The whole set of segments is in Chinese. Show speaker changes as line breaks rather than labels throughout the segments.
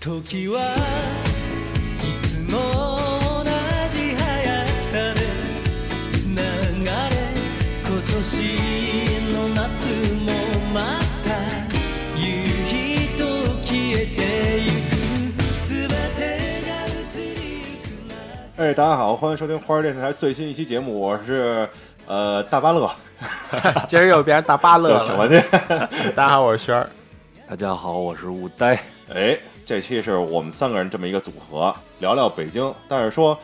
時はいつも同じ速さで流れ今年の夏もまた夕日と消えてゆく全てが移りゆく中
哎，大家好，欢迎收听花儿电视台最新一期节目，我是呃大巴 乐，
今儿又变成大巴乐
啊
对，喜欢
了。
这。
大家好，我是轩儿。
大家好，我是吴呆。
哎，这期是我们三个人这么一个组合，聊聊北京。但是说，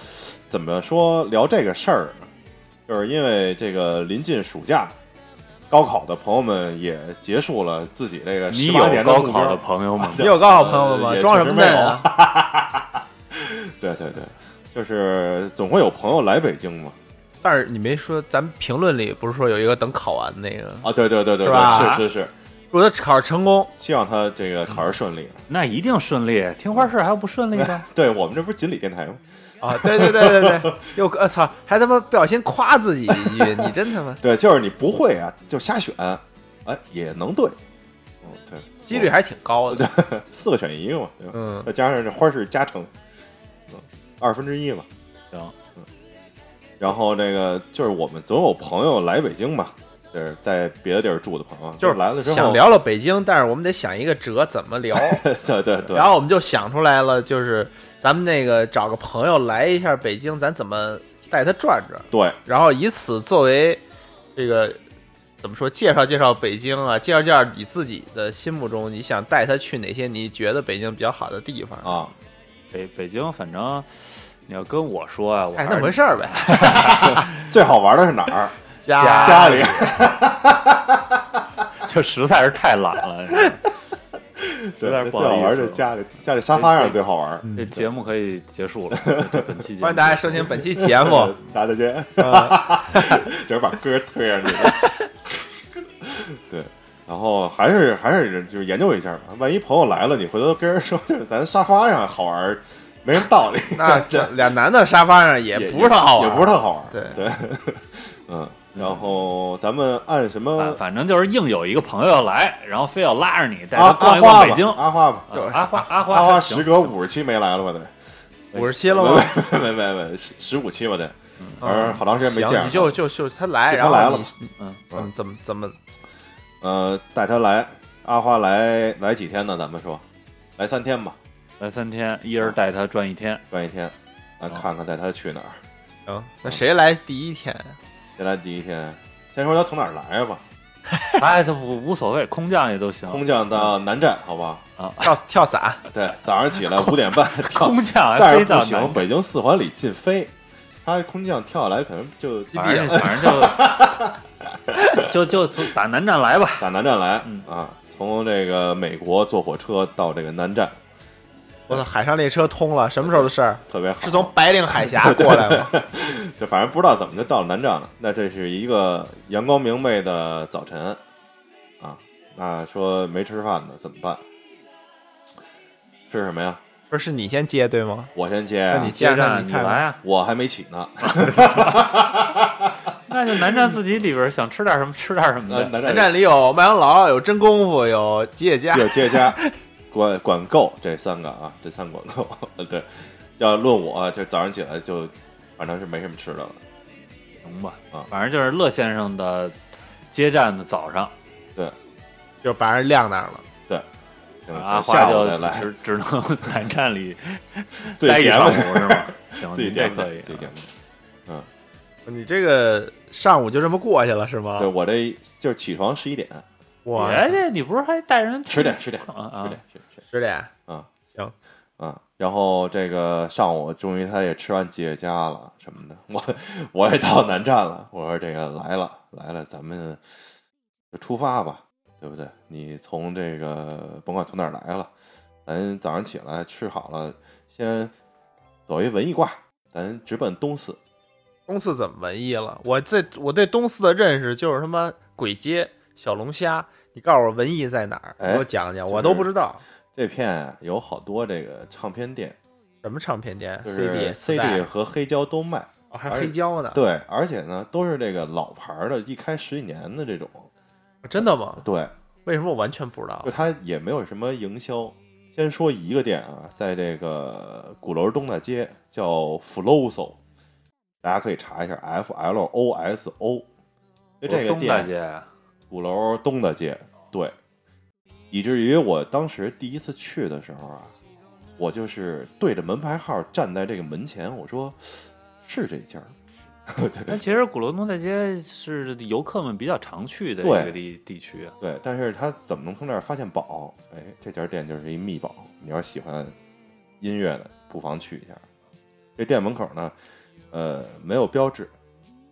怎么说聊这个事儿，就是因为这个临近暑假，高考的朋友们也结束了自己这个十
你有
八年
高
目
考
标。
的朋 友吗？
你有高考朋友
呃
吗？
也
装什
确
么
实
嫩
没有
啊？
对对对，就是总会有朋友来北京嘛。
但是你没说，咱们评论里不是说有一个等考完那个？
啊，对对对对
是
对，
吧
是是是，
如果他考试成功，
希望他这个考试顺利。
那一定顺利。听花市还有不顺利 的？
对我们这不是锦鲤电台吗？
啊，对对对对 对，又我操，还他妈不小心夸自己一句，你真 他妈
对，就是你不会啊，就瞎选，哎，也能对。嗯，对，
几率还挺高的。
四个选一嘛，对吧？
嗯
再加上这花式加成，嗯，二分之一嘛。嗯
行，
然后这个就是我们总有朋友来北京吧，就是在别的地儿住的朋友，
就是
来了之后
想，聊聊北京，但是我们得想一个辙怎么聊。
对对对
然，后我们就想出来了，就是咱们那个找个朋友来一下北京，咱怎么带他转转？
对
然后以此作为这个怎么说，介绍介绍北京啊，介绍介绍你自己的心目中你想带他去哪些你觉得北京比较好的地方。
啊，
北哎北京，反正你要跟我说啊，我
哎，
还
那
是
么回事 儿呗，
最好玩的是哪 儿？
家
家里。
就实在是太懒了。
对，
有点
最
不好意
好
思
玩是家里，家里沙发
哎
上最好玩。
嗯
这节目可以结束了，这本期节目
欢迎大家收听本期节 目。
大家见， 就是把歌推上去。对，然后还是还是就是研究一下吧，万一朋友来了，你回头跟人说，这咱沙发上好玩儿，没什么道理。
那这俩男的沙发上也
也
不是他好玩，啊
也不是特好玩儿。
对
对， 嗯，然后咱们按什么
啊反反正就是硬有一个朋友来，然后非要拉着你带
阿
他
啊阿
逛一
花
逛
吧
北京。
阿花吧，
啊阿花阿花
阿花
行
时隔五十期没来了吧？得，
五十七了吗？
没没没没，十十五期吧得，反正好长时间没见
嗯行，
着
你就就就他来，
就
然
他
后
来了
你
嗯
嗯，怎么怎么
呃，带他来，阿花来来几天呢？咱们说，来三天吧，
来三天，一人带他转一天。
转一天，来
啊
看看带他去哪儿。
行？嗯
嗯
那谁来第一天？
先来第一天，先说他从哪儿来吧，
哎，这不无所谓，空降也都行。
空降到南站，好吧？
跳跳伞，
对，早上起来五点 半跳，
空降还
但
飞
是
到
不
南
行，北京四环里禁飞，他空降跳下来可能就
反正反正 就就就从打南站来吧。
打南站来
嗯
啊，从这个美国坐火车到这个南站，
我操，海上列车通了，什么时候的事儿？
特别好。
是从白令海峡过 来吗？
就反正不知道怎么就到了南站了。那这是一个阳光明媚的早晨啊，那说没吃饭呢，怎么办？吃什么呀？
不是你先接对吗？
我先接
那
啊
你，
接
接着
着
你
你
看
来啊，
我还没起呢。
那就南站自己里边想吃点什么吃点什么
南
的。
南
南
站
哎站里有麦当劳，有真功夫，有吉野家
就，接家管管够这三个啊，这三管够。 对，要论我，就早上起来就反正是没什么吃的了。
行吧
啊，
反正就是乐先生的接站的早上，
就把人晾那儿
嗯
了。
阿花
下午再
啊就
来，
只只能 南 站里
自
待
己
一嗯
点
上午
吧，
是吗？行，
自己
您这
点吧
可以，
自己点吧。
你这个上午就这么过去了是吗
对？我这就是起床十一点，
哇，
哎，这你不是还带人
十点十点
啊
十
啊
点？十点十点
十点
啊，
行，
啊，然后这个上午终于他也吃完吉野家了什么的，我我也到南站了，我说这个来了来了，咱们就出发吧，对不对？你从这个甭管从哪儿来了，咱早上起来吃好了，先走一文艺挂，咱直奔东四。
东四怎么文艺了？我这我对东四的认识就是他妈鬼街、小龙虾。你告诉我文艺在哪儿？你
哎
给我讲讲，
就是
我都不知道
这片啊有好多这个唱片店，
什么唱片店、
就
CD、
是 CD
带
和黑胶都卖。
哦还黑胶呢？
对，而且呢，都是这个老牌儿的，一开十几年的这种。
真的吗？
对，
为什么我完全不知道
就？它也没有什么营销，先说一个店啊，在这个鼓楼东大街叫 Floso，大家可以查一下 F L O S O。就这个
东大
店，
街，啊
鼓楼东大街，对，以至于我当时第一次去的时候啊，我就是对着门牌号站在这个门前，我说是这家儿，
但其实鼓楼东大街是游客们比较常去的一
对
个地地区啊。
对，但是他怎么能从这儿发现宝？哎，这家店就是一秘宝。你要是喜欢音乐的，不妨去一下。这店门口呢，呃，没有标志，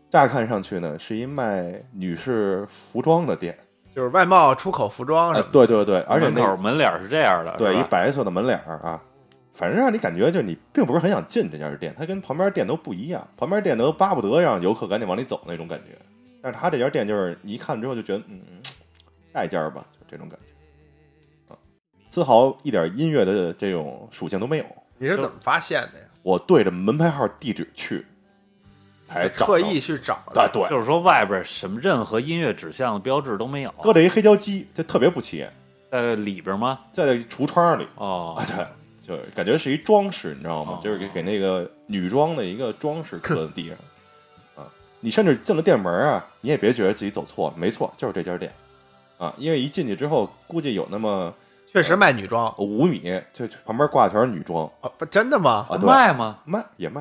乍看上去呢是一卖女士服装的店。
就是外贸、出口、服装
啊、
什么的。
对对对，而且
门
那
口门脸儿是这样的，
对
啊是
一
吧
白色的门脸儿啊，反正让你感觉就是你并不是很想进这家店，它跟旁边店都不一样，旁边店都巴不得让游客赶紧往里走那种感觉。但是他这家店就是你一看之后就觉得，嗯，下一家吧，就这种感觉，啊，丝毫一点音乐的这种属性都没有。
你是怎么发现的呀？
我对着门牌号地址去，才找
特
到
意去找
啊，
的。
对，
就是说外边什么任何音乐指向的标志都没有，
搁着一黑胶机，就特别不起眼，
在里边吗？
在橱窗里。
哦
啊，，对，就是感觉是一装饰，你知道吗？
哦
就是给给那个女装的一个装饰搁在地上。啊，你甚至进了店门啊，你也别觉得自己走错了，没错，就是这家店。啊，因为一进去之后，估计有那么
确实卖女装，
五米，就旁边挂的全是女装
啊不真的吗？
啊，对，
卖吗？
卖也卖，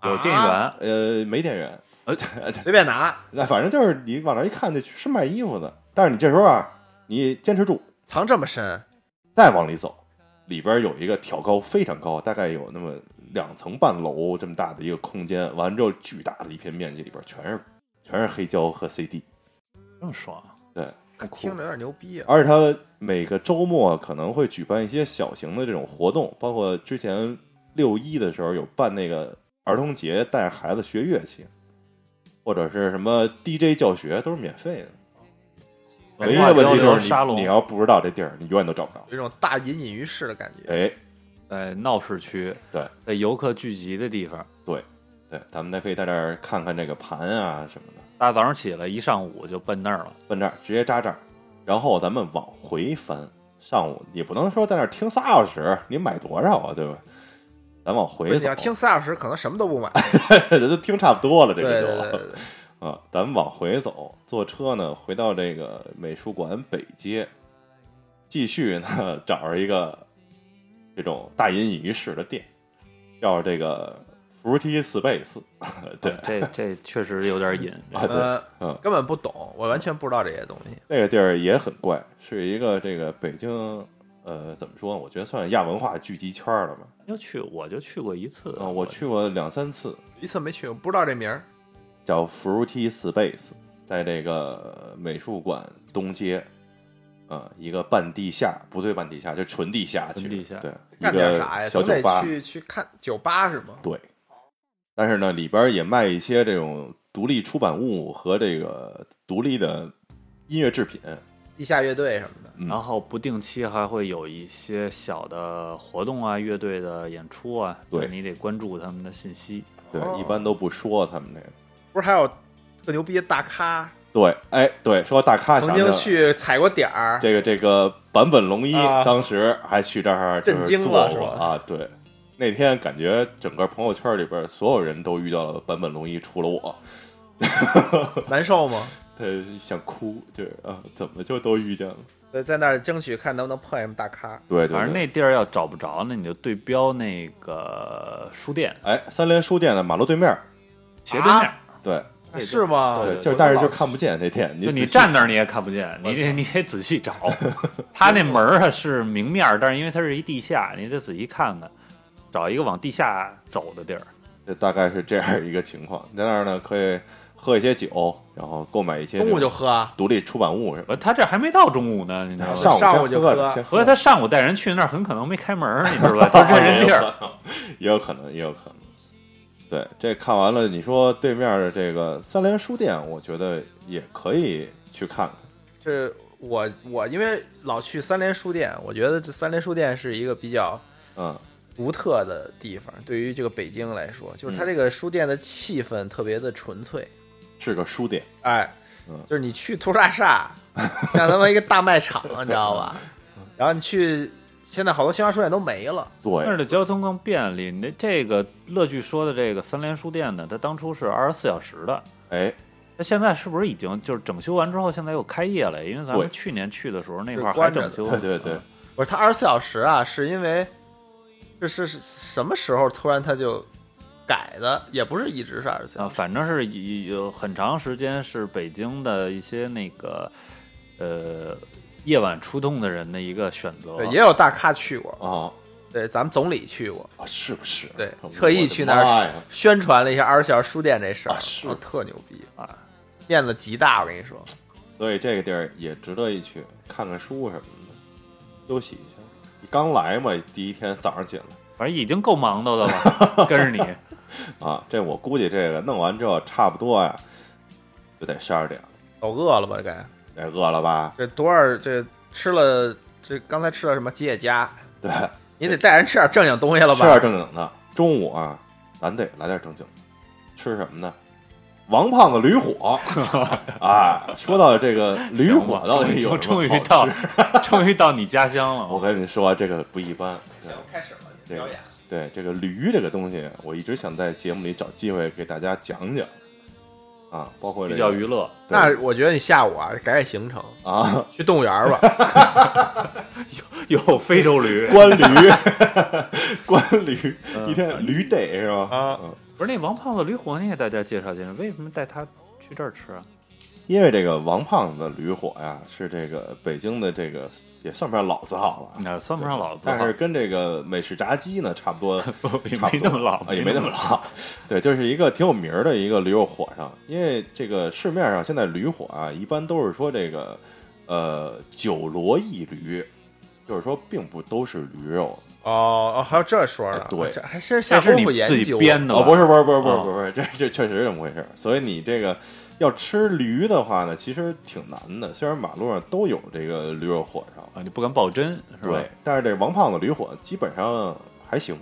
啊
有店员，
呃，没店员，
呃
随便拿，
那反正就是你往那一看，那是卖衣服的。但是你这时候啊，你坚持住，
藏这么深，
再往里走，里边有一个挑高非常高，大概有那么两层半楼这么大的一个空间。完之后，巨大的一片面积里边全是全是黑胶和 CD，
这么爽，
对。
听着有点牛逼啊！
而且它每个周末可能会举办一些小型的这种活动，包括之前六一的时候有办那个儿童节，带孩子学乐器，或者是什么 DJ 教学，都是免费的。唯一的问题
哎文化交
就
流
是
沙龙
你你要不知道这地儿，你永远都找不着。
有一种大隐隐于市的感觉。
哎，
在闹市区，
对，
在游客聚集的地方，
对，咱们再可以在这儿看看这个盘啊什么的，
大早上起来一上午就奔那儿了。
奔这儿直接扎这儿，然后咱们往回翻。上午也不能说在那儿听仨小时，你买多少啊，对吧？咱往
不是
回
你
走
要，听仨小时，可能什么都不买。
哎 这都听差不多了，这
对
个
对
就
对对， 对
啊，咱们往回走，坐车呢回到这个美术馆北街，继续呢找着一个这种大隐隐于市的店，叫这个扶梯 space，对
啊这这确实有点瘾。
啊对，
呃
嗯，
根本不懂，我完全不知道这些东西。
那个地儿也很怪，是一个这个北京，呃，怎么说？我觉得算是亚文化聚集圈儿了吧。
要去我就去过一次
啊、我去过两三次，
一次没去，我不知道这名儿。
叫 Fruity Space，在这个美术馆东街，啊、一个半地下，不对，半地下，就纯地下，其实
纯地下
对，一
干点啥
个
呀？
小
总
酒
得
吧，
去去看酒吧是吗？
对。但是呢，里边也卖一些这种独立出版物和这个独立的音乐制品，
地下乐队什么的。
嗯
然后不定期还会有一些小的活动啊，乐队的演出啊，
对
你得关注他们的信息。
对，
哦
一般都不说他们这个。
不是还有特牛逼的大咖，
对，哎，对，说大咖
曾
想
经
想
去踩过点儿。
这个这个坂本龙一
啊
当时还去这儿就是
震惊
坐
了
过
是吧
啊，对，那天感觉整个朋友圈里边所有人都遇到了坂本龙一，除了我，
难受吗？
他想哭，就是啊，怎么就都遇见了？
在在那儿争取看能不能碰见什么大咖。
对对
反正
对，
那地儿要找不着，那你就对标那个书店啊
哎，三联书店的马路对面儿，
斜对面，
对
对
啊是吗？
对，
对对
就是但是就看不见这店，
就
你
你
仔细
站那儿你也看不见，你得你得仔细 找。他那门儿啊是明面儿，但是因为它是一地下，你得仔细看看，找一个往地下走的地儿。
这大概是这样一个情况。在那儿呢，可以喝一些酒，然后购买一些
中
这
午就
种
喝啊。
独立出版物什么
我他这还没到中午呢，你知
的。
道吧？
午
嗯上
先
午就
喝
喝
着，先
所以他上午带人去那儿，很可能没开门儿，你知道 吧？就这人地儿，
哎也有可能，也有可能。对，这看完了，你说对面的这个三联书店，我觉得也可以去看看。
这我我因为老去三联书店，我觉得这三联书店是一个比较
嗯，
独特的地方。对于这个北京来说，就是它这个书店的气氛特别的纯粹。
是个书店，
哎
嗯，
就
嗯
是你去图书大厦，像他妈一个大卖场，你知道吧？然后你去现在好多新华书店都没了，
对
那，儿的交通更便利。你这个乐聚说的这个三联书店呢，它当初是二十四小时的，
哎，
它现在是不是已经就是整修完之后，现在又开业了？因为咱
对
们去年去的时候那
是
块儿还
关着
整
的
修呢，
对对对
嗯，
不是它二十四小时啊，是因为这是是什么时候突然它就改的，也不是一直是二十四
啊，
小时，
反正是以有很长时间是北京的一些那个呃夜晚出动的人的一个选择
对，。也有大咖去过，
啊
对，咱们总理去过，
啊，是不是？
对
我，
特意去那
我的妈
儿
呀
宣传了一下二十四小时书店这事儿，
啊是
哦特牛逼
啊，
面子极大，我跟你说，
所以这个地儿也值得一去，看看书什么的，休息一下。你刚来嘛，第一天早上起来
反正已经够忙叨 的了，跟着你。
啊，这我估计这个弄完之后差不多呀，就得十二点了，
都饿了吧该，
得饿了吧？
这多少这吃了这刚才吃了什么吉野家，
对，
你得带人吃点正经东西了
吃点
吧？
正经的。中午啊，咱得来点正经的。吃什么呢？王胖子驴 火啊！说到这个驴火到底有什
终
么
于
好
到
吃？，
终于到你家乡了。
我跟你说，这个不一般。对
开始了，
这个对这个驴这个东西，我一直想在节目里找机会给大家讲讲啊，包括这
比
个
较娱乐，
对
那我觉得你下午啊改改行程，
啊，
去动物园吧。
有非洲驴，
关驴， 关驴，
嗯
一天驴得是吧？
啊
嗯，
不是那王胖子驴火，你给大家介绍介绍，为什么带他去这儿吃啊？
因为这个王胖子驴火呀，是这个北京的这个也算不上老字号了啊，
那算不上老字
但
号
是，跟这个美式炸鸡呢差不 多，
也
差不 多
没那么老
啊，也没那么。老。 对，就是一个挺有名儿的一个驴肉火烧，因为这个市面上现在驴火啊，一般都是说这个呃九罗一驴，就是说并不都是驴肉。
哦哦，还有这说呢
哎？对
这还真是下
啊这是
功
你
夫研
自己
究。啊
编的吧
哦，不是，不是，不是，不是，
哦
不是，这这确实是这么回事儿。所以你这个要吃驴的话呢，其实挺难的。虽然马路上都有这个驴肉火烧，
啊，你不敢保真是吧
对？，但是这王胖子驴火基本上还行，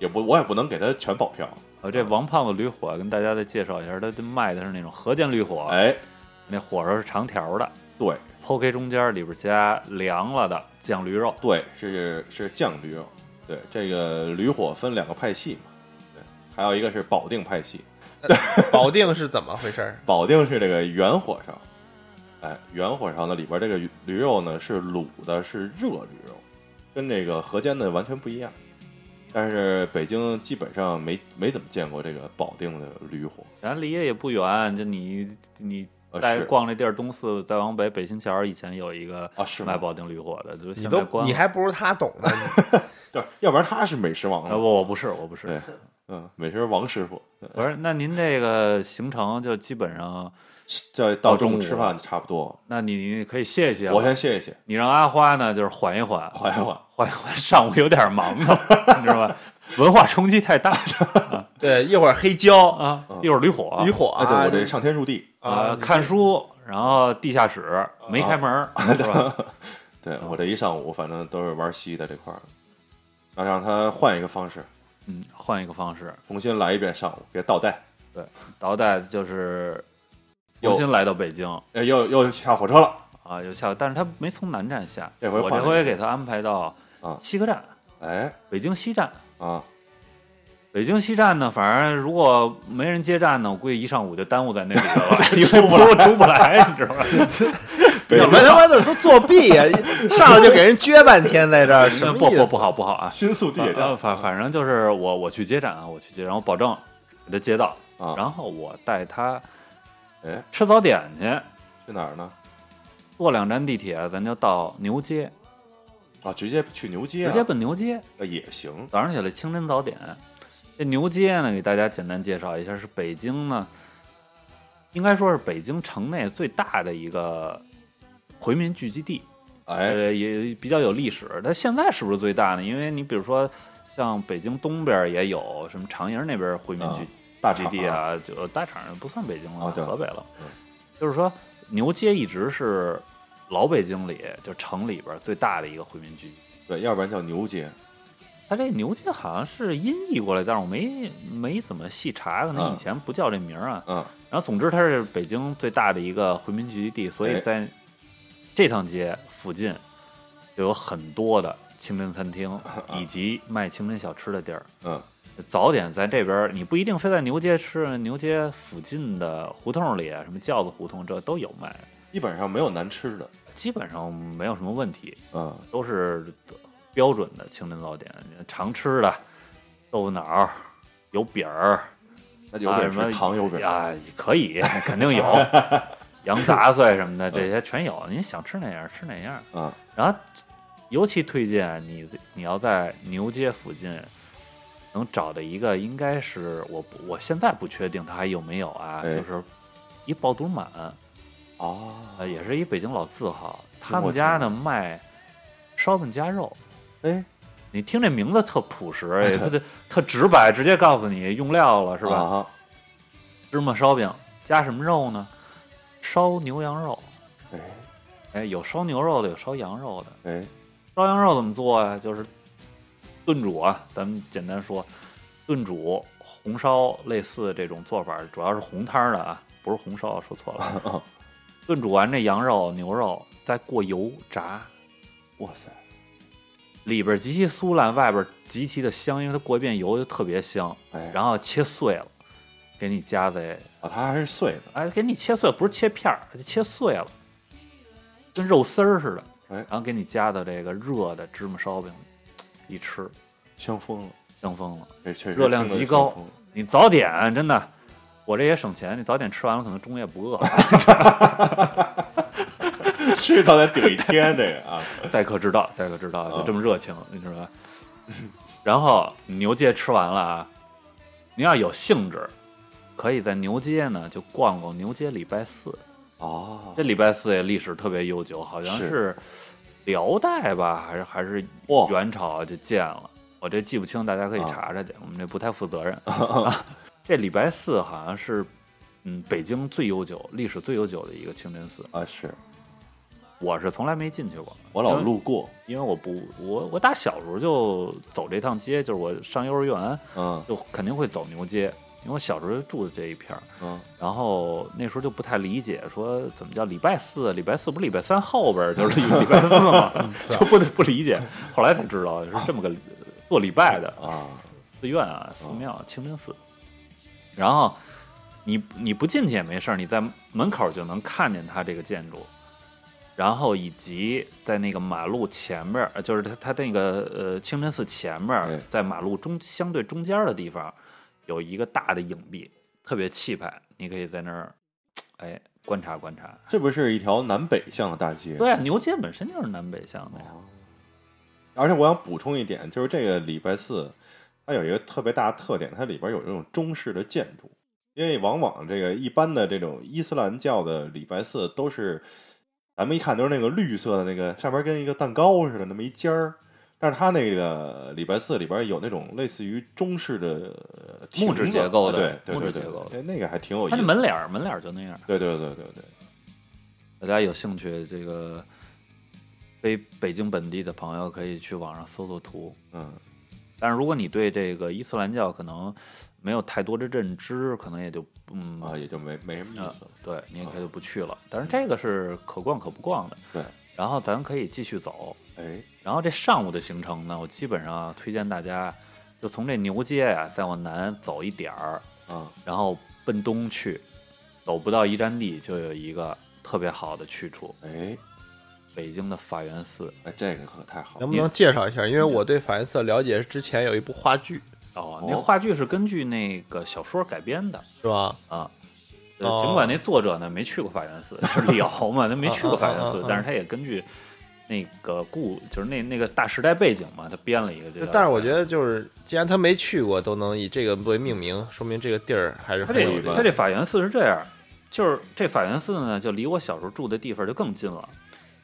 也不我也不能给他全保票。
啊，这王胖子驴火跟大家再介绍一下，他这卖的是那种河间驴火，
哎，
那火烧是长条的，
对，
剖开中间里边加凉了的酱驴肉，
对，是是酱驴肉。对，这个驴火分两个派系嘛，对，还有一个是保定派系。
保定是怎么回 事？
保定是这个原火烧，哎，原火烧呢里边这个驴肉呢是卤的，是热驴肉，跟这个河间的完全不一样。但是北京基本上没没怎么见过这个保定的驴火，
咱离得也不远，就你你
呃
在
是
逛这地儿，东四再往北，北新桥以前有一个
啊是吗
卖保定驴火的，就是
你
现
都
在关了。
你还不如他懂呢。
对，要不然他是美食王
啊
嘛，
我我不是我不
对
是，
嗯，美食王师傅，嗯
不是那您这个行程就基本上，
这到
到中
中午
午
吃饭就差不多。
那你你可以歇一歇了。
我先歇一歇，
你让阿花呢，就是缓一缓，
缓一缓。
缓一缓， 上午有点忙了，你知道吧？文化冲击太大
对，一会儿黑胶、
啊，一会儿驴火
渔火
啊，对我这上天入地，
啊，
啊，
看书，然后地下室没开门儿，是吧？
对
嗯
我这一上午反正都是玩西的这块儿，要让他换一个方式，
嗯，换一个方式，
重新来一遍上午，别倒带。
捯饬就是
有
重新来到北京
哎，又又下火车了，
啊，有下，但是他没从南站下，
这回
我
换
这
了
回给他安排到
啊
西客站，
哎
北京西站。
啊，
北京西站呢，反正如果没人接站呢，我估计一上午就耽误在那里头了，因为不是出不来，你知道吧？
北
你
京
们他妈的都作弊 呀！上来就给人撅半天在这儿，什么
不
意思
不不，好不好啊！
新 宿地铁
反
站
反反正就是我我去接站啊，我去接站，我保证给他接到，
啊
然后我带他
哎
吃早点去，
去哪儿呢？
坐两站地铁，咱就到牛街，
啊，直接去牛街
直
啊，
接奔牛街。
啊也行
早上起来清晨早点，这牛街呢，给大家简单介绍一下，是北京呢，应该说是北京城内最大的一个回民聚集地，
哎，
呃，也比较有历史。它现在是不是最大呢？因为你比如说，像北京东边也有什么长营那边回民聚
啊大
集
厂
地啊，就大厂不算北京了，
啊对
河北了
嗯。
就是说，牛街一直是老北京里，就城里边最大的一个回民聚集地。
对，要不然叫牛街，
它这牛街好像是音译过来，但是我没没怎么细查，可能
嗯
以前不叫这名儿啊。
嗯，
然后总之它是北京最大的一个回民聚集地，所以
哎
在这趟街附近就有很多的清真 餐厅以及卖清真小吃的地儿。
嗯
早点在这边儿，你不一定非在牛街吃，牛街附近的胡同里，啊什么饺子胡同这都有卖，
基本上没有难吃的，
基本上没有什么问题，
嗯
都是标准的清真早点，常吃的豆腐脑儿、油饼儿、
那有点
啊什
是
么
糖油饼，
啊，可以，肯定有 羊杂碎什么的，这些全有，您想吃哪样吃哪样。
嗯
然后尤其推荐你，你要在牛街附近能找的一个，应该是我我现在不确定它还有没有啊，
哎
就是一爆肚满，
啊，
呃，也是一北京老字号，他
过
们家呢卖烧饼夹肉。
哎，
你听这名字特朴实， 也
对
特特直白，直接告诉你用料了是
是
吧？
吧？
芝麻烧饼加什么肉呢？烧牛羊肉，
哎
哎，有烧牛肉的，有烧羊肉的。
哎，
烧羊肉怎么做呀、啊就是炖煮啊，咱们简单说，炖煮、红烧类似这种做法，主要是红摊儿的啊，不是红烧，说错 了。炖煮完这羊肉、牛肉，再过油炸，
哇塞，
里边极其酥烂，外边极其的香，因为它过一遍油就特别香。
哎，
然后切碎了，给你夹在
啊，它还是碎的，
哎，给你切碎，不是切片儿，切碎了，跟肉丝儿似的。
哎
然后给你加到这个热的芝麻烧饼里，一吃
香疯了，
香疯了。
这确实
热量
听着
极
香
高
疯了
你早点真的，我这也省钱。你早点吃完了，可能中午 也不饿，
吃早点顶一天，这个啊，
待客之道，待客之道，
啊
就这么热情，你知道吧？ 然后牛街吃完了啊，您要有兴致，可以在牛街呢就逛逛牛街礼拜四。
哦
这，礼拜四也历史特别悠久，好像
是
是辽代吧，还是还是
哇
元朝就建了。我这记不清，大家可以
哦啊
查查去，我们这不太负责任。这礼拜四好像是，嗯，北京最悠久、历史最悠久的一个清真寺，
啊是
我是从来没进去过。
我老路过，
因为，因为我不，我我打小时候就走这趟街，就是我上幼儿园
嗯
就肯定会走牛街，因为我小时候就住的这一片儿。
嗯，
然后那时候就不太理解，说怎么叫礼拜四？礼拜四不是礼拜三后边儿就是礼拜四吗？就不不理解。后来才知道是这么个呃做礼拜的
啊
寺院啊、寺庙、清真寺。然后你你不进去也没事儿，你在门口就能看见它这个建筑，然后以及在那个马路前面儿，呃就是它它那个呃清真寺前面儿
哎，
在马路中相对中间儿的地方有一个大的影壁，特别气派，你可以在那儿哎观察观察。
这不是一条南北向的大街，
对啊，牛街本身就是南北向的呀。
哦而且我想补充一点，就是这个礼拜四，它有一个特别大的特点，它里边有这种中式的建筑。因为往往这个一般的这种伊斯兰教的礼拜四都是，咱们一看都是那个绿色的那个，上面跟一个蛋糕似的那么一尖儿。但是它那个礼拜四里边有那种类似于中式的呃亭
木质
子
结构的
啊对对
木质
对对
结构的
对，那个还挺有意
它
思
那
的。
门脸儿，门脸儿就那样。
对对对对对，
大家有兴趣，这个非北京本地的朋友可以去网上搜搜图。
嗯，
但是如果你对这个伊斯兰教可能没有太多的认知，可能也就嗯
啊，也就没没什么
呃
意思了。
对你也可以就不去了。但是这个是可逛可不逛的。
对，
然后咱可以继续走。
哎，
然后这上午的行程呢，我基本上推荐大家就从这牛街呀、再往南走一点儿，
啊，
然后奔东去，走不到一站地就有一个特别好的去处
哎，
——北京的法源寺。
哎，这个可太好了
能不能介绍一下？因为我对法兰瑟了解是之前有一部话剧，
哦，那话剧是根据那个小说改编的
是吧？
啊。呃
哦
尽管那作者呢没去过法源寺， 是李敖嘛，他没去过法源
嗯嗯嗯
寺
嗯，
但是他也根据那个故，就是那那个大时代背景嘛，他编了一个这个。
但是我觉得，就是既然他没去过，都能以这个为命名，说明这个地儿还是
他
很有
一
这
般
他这法源寺是这样，就是这法源寺呢，就离我小时候住的地方就更近了，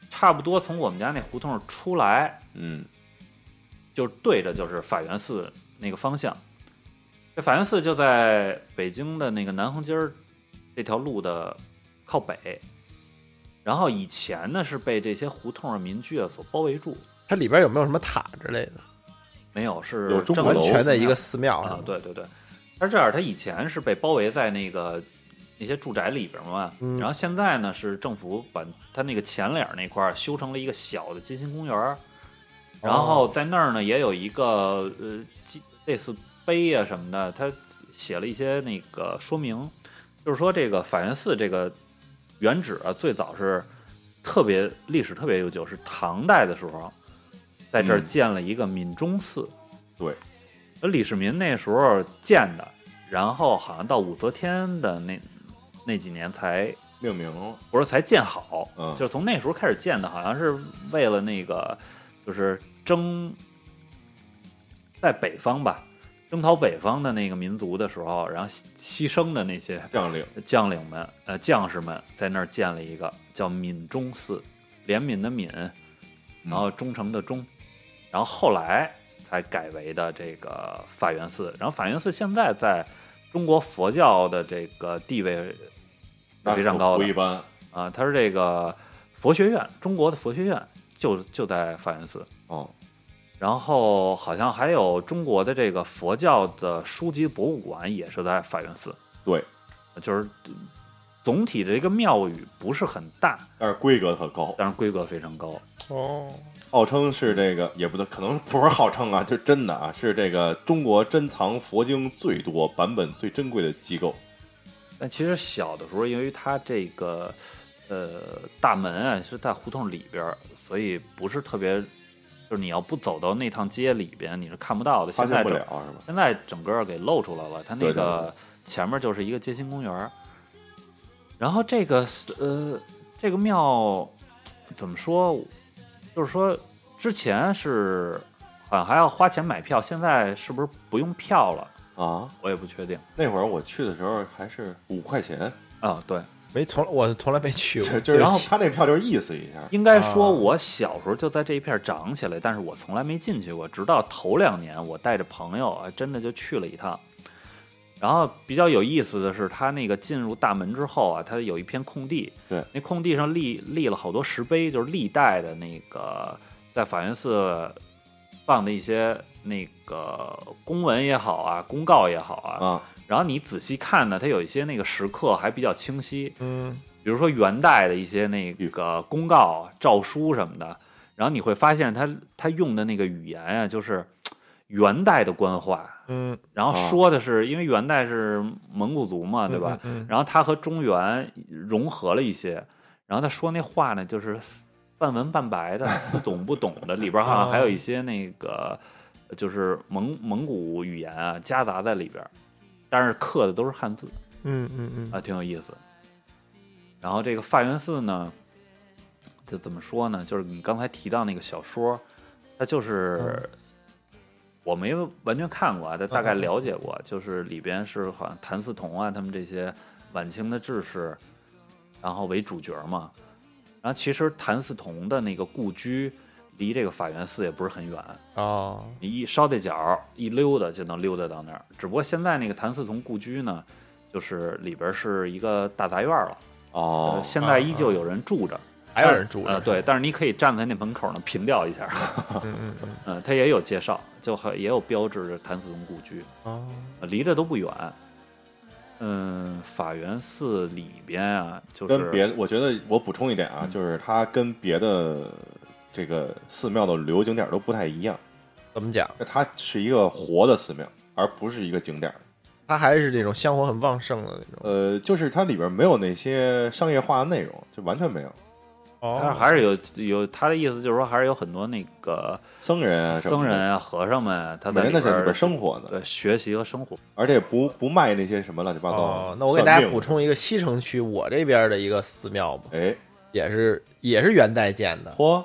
差不多从我们家那胡同出来，
嗯，
就是对着就是法源寺那个方向。这法源寺就在北京的那个南横街儿这条路的靠北。然后以前呢是被这些胡同的民居啊所包围住，
它里边有没有什么塔之类的？
没有是
有钟
正
鼓
完
楼
全在一个
寺
寺庙
庙
上
啊，，对对对。但是这样，它以前是被包围在那个那些住宅里边嘛，
嗯
然后现在呢是政府把它那个前脸那块儿修成了一个小的街心公园儿，然后在那儿呢也有一个呃记类似碑啊什么的，他写了一些那个说明，就是说这个法源寺这个原址啊，最早是特别历史特别悠久，是唐代的时候在这儿
嗯
建了一个闽中寺。
对，
李世民那时候建的，然后好像到武则天的那那几年才
命名了，
不是才建好，
嗯
就是从那时候开始建的，好像是为了那个就是征在北方吧，征讨北方的那个民族的时候，然后牺牺牲的那些
将领，
将领们呃将士们在那儿建了一个叫闽中寺，怜悯的悯，然后忠诚的忠，然后后来才改为的这个法源寺，然后法源寺现在在中国佛教的这个地位
那
非常高
不
的
一般。
啊，它是这个佛学院，中国的佛学院就就在法源寺，
哦，
然后好像还有中国的这个佛教的书籍博物馆也是在法源寺，
对，
就是总体的一个庙宇不是很大，
但是规格可高，
但是规格非常高。
哦，
号称是这个也不对，可能不是号称啊，就真的啊，是这个中国珍藏佛经最多、版本最珍贵的机构。
但其实小的时候，由于它这个呃大门啊是在胡同里边儿，所以不是特别，就是你要不走到那趟街里边，你是看不到的。
发
现
现
在
不
整
了是吧？
现在整个给露出来了，它那
对对对
个前面就是一个街心公园儿。然后这个呃，这个庙怎么说？就是说之前是好像还要花钱买票，现在是不是不用票了？
啊，
我也不确定
那会儿我去的时候还是五块钱，
啊。对，
没从我从来没去
就
过，
就是
然后
他那票就是意思一下。
应该
啊
说，我小时候就在这一片儿长起来，但是我从来没进去过。直到头两年，我带着朋友啊，真的就去了一趟。然后比较有意思的是，他那个进入大门之后啊，它有一片空地，
对，
那空地上立立了好多石碑，就是历代的那个在法源寺放的一些那个公文也好啊，公告也好啊。
啊，
然后你仔细看呢，它有一些那个石刻还比较清晰，
嗯，
比如说元代的一些那个公告、啊诏书什么的，然后你会发现他他用的那个语言啊，就是嘖元代的官话，
嗯，
然后
哦
说的是、因为元代是蒙古族嘛，对吧？
嗯？嗯，
然后他和中原融合了一些，然后他说那话呢，就是半文半 白的，似懂不懂的，里边好像还有一些那个就是蒙蒙古语言啊夹杂在里边，但是刻的都是汉字。
嗯嗯嗯
啊，挺有意思。然后这个法源寺呢，就怎么说呢？就是你刚才提到那个小说，它就是、我没有完全看过啊，但大概
嗯嗯嗯
了解过，就是里边是好像谭嗣同啊他们这些晚清的志士，然后为主角嘛。然后其实谭嗣同的那个故居离这个法源寺也不是很远，
嗯，哦，
你一捎带脚儿一溜达就能溜达到那儿。只不过现在那个谭嗣同故居呢，就是里边儿是一个大杂院儿了，
哦
呃，现在依旧有人住着，
还有人住
呃，
着，
对，但是你可以站在那门口呢凭吊一下，
嗯嗯 嗯，
嗯，它也有介绍，就还也有标志着谭嗣同故居，
哦，
呃离着都不远。嗯，法源寺里边啊，就
跟别
是
的，我觉得我补充一点
嗯
啊，就是它跟别的这个寺庙的旅游景点都不太一样，
怎么讲？
它是一个活的寺庙，而不是一个景点。
它还是那种香火很旺盛的那种，
呃，就是它里边没有那些商业化的内容，就完全没有
但是
哦，
还是有有他的意思，就是说还是有很多那个
僧人啊什么
僧人
的，
啊、和尚们啊，他在
每
里
人在
边
里边
儿
生活的，
对学习和生活。
而且不不卖那些什么乱七八糟
哦
的。，
那我给大
算
家
命
补，充一个西城区我这边的一个寺庙吧，
哎，
也是也是元代建的，
嚯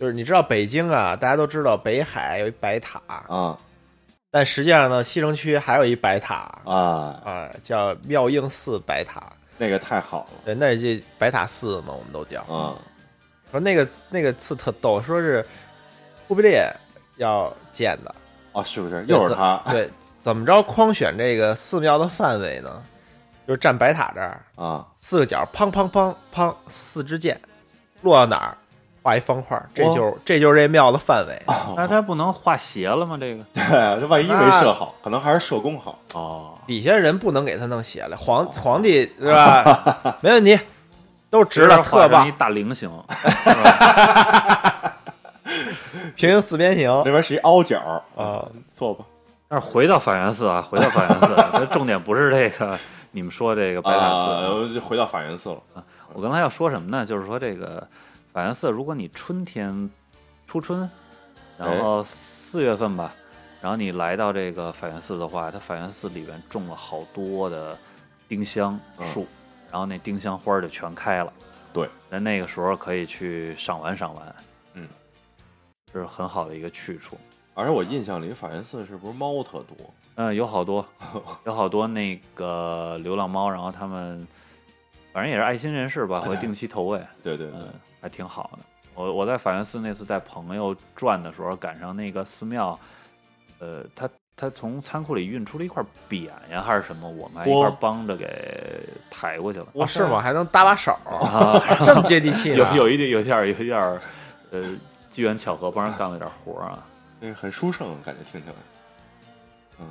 就是你知道北京啊，大家都知道北海有一白塔，
啊
但实际上呢，西城区还有一白塔
啊，
啊，叫妙应寺白塔，
那个太好
对，那这白塔寺嘛，我们都叫
了。啊，
说那个那个寺特逗，说是忽必烈要建的，
哦，是不是
对
又是他
对，怎么着框选这个寺庙的范围呢？就是站白塔这儿，
啊？
四个角，砰砰砰砰，四支箭落到哪儿，画一方块儿，这
哦
就是这就是这庙的范围。
那他不能画斜了吗？这个
对，这万一没设好，可能还是社工好。
哦，
底下人不能给他弄斜了，皇皇帝是 吧？没问题，都直的，特
画成
棒
一。大菱形，是吧
平行四边形
那边是一凹角
啊，
坐吧。
但是回到法源寺啊，回到法源寺啊，这重点不是这个你们说这个白塔寺啊
啊，我就回到法源寺了。
我刚才要说什么呢？就是说这个法源寺，如果你春天初春，
哎
然后四月份吧，然后你来到这个法源寺的话，它法源寺里边种了好多的丁香树，然后那丁香花儿就全开了。
嗯对，
那那个时候可以去赏玩赏玩，
嗯，
这是很好的一个去处。
而且我印象里法源寺是不是猫特多？
嗯，有好 多，有好多那个流浪猫，然后他们反正也是爱心人士吧，会定期投喂。
对对对，
嗯，还挺好的。我我在法源寺那次带朋友转的时候，赶上那个寺庙，呃，他他从仓库里运出了一块匾呀，还是什么，我们还一块
嚯
帮着给抬过去了。
哦，是吗？还能搭把手，
啊，
这么接地气呢
有有一点有一点有一点儿，呃，机缘巧合帮人干了点活儿啊。
那很殊胜，感觉听起来。嗯，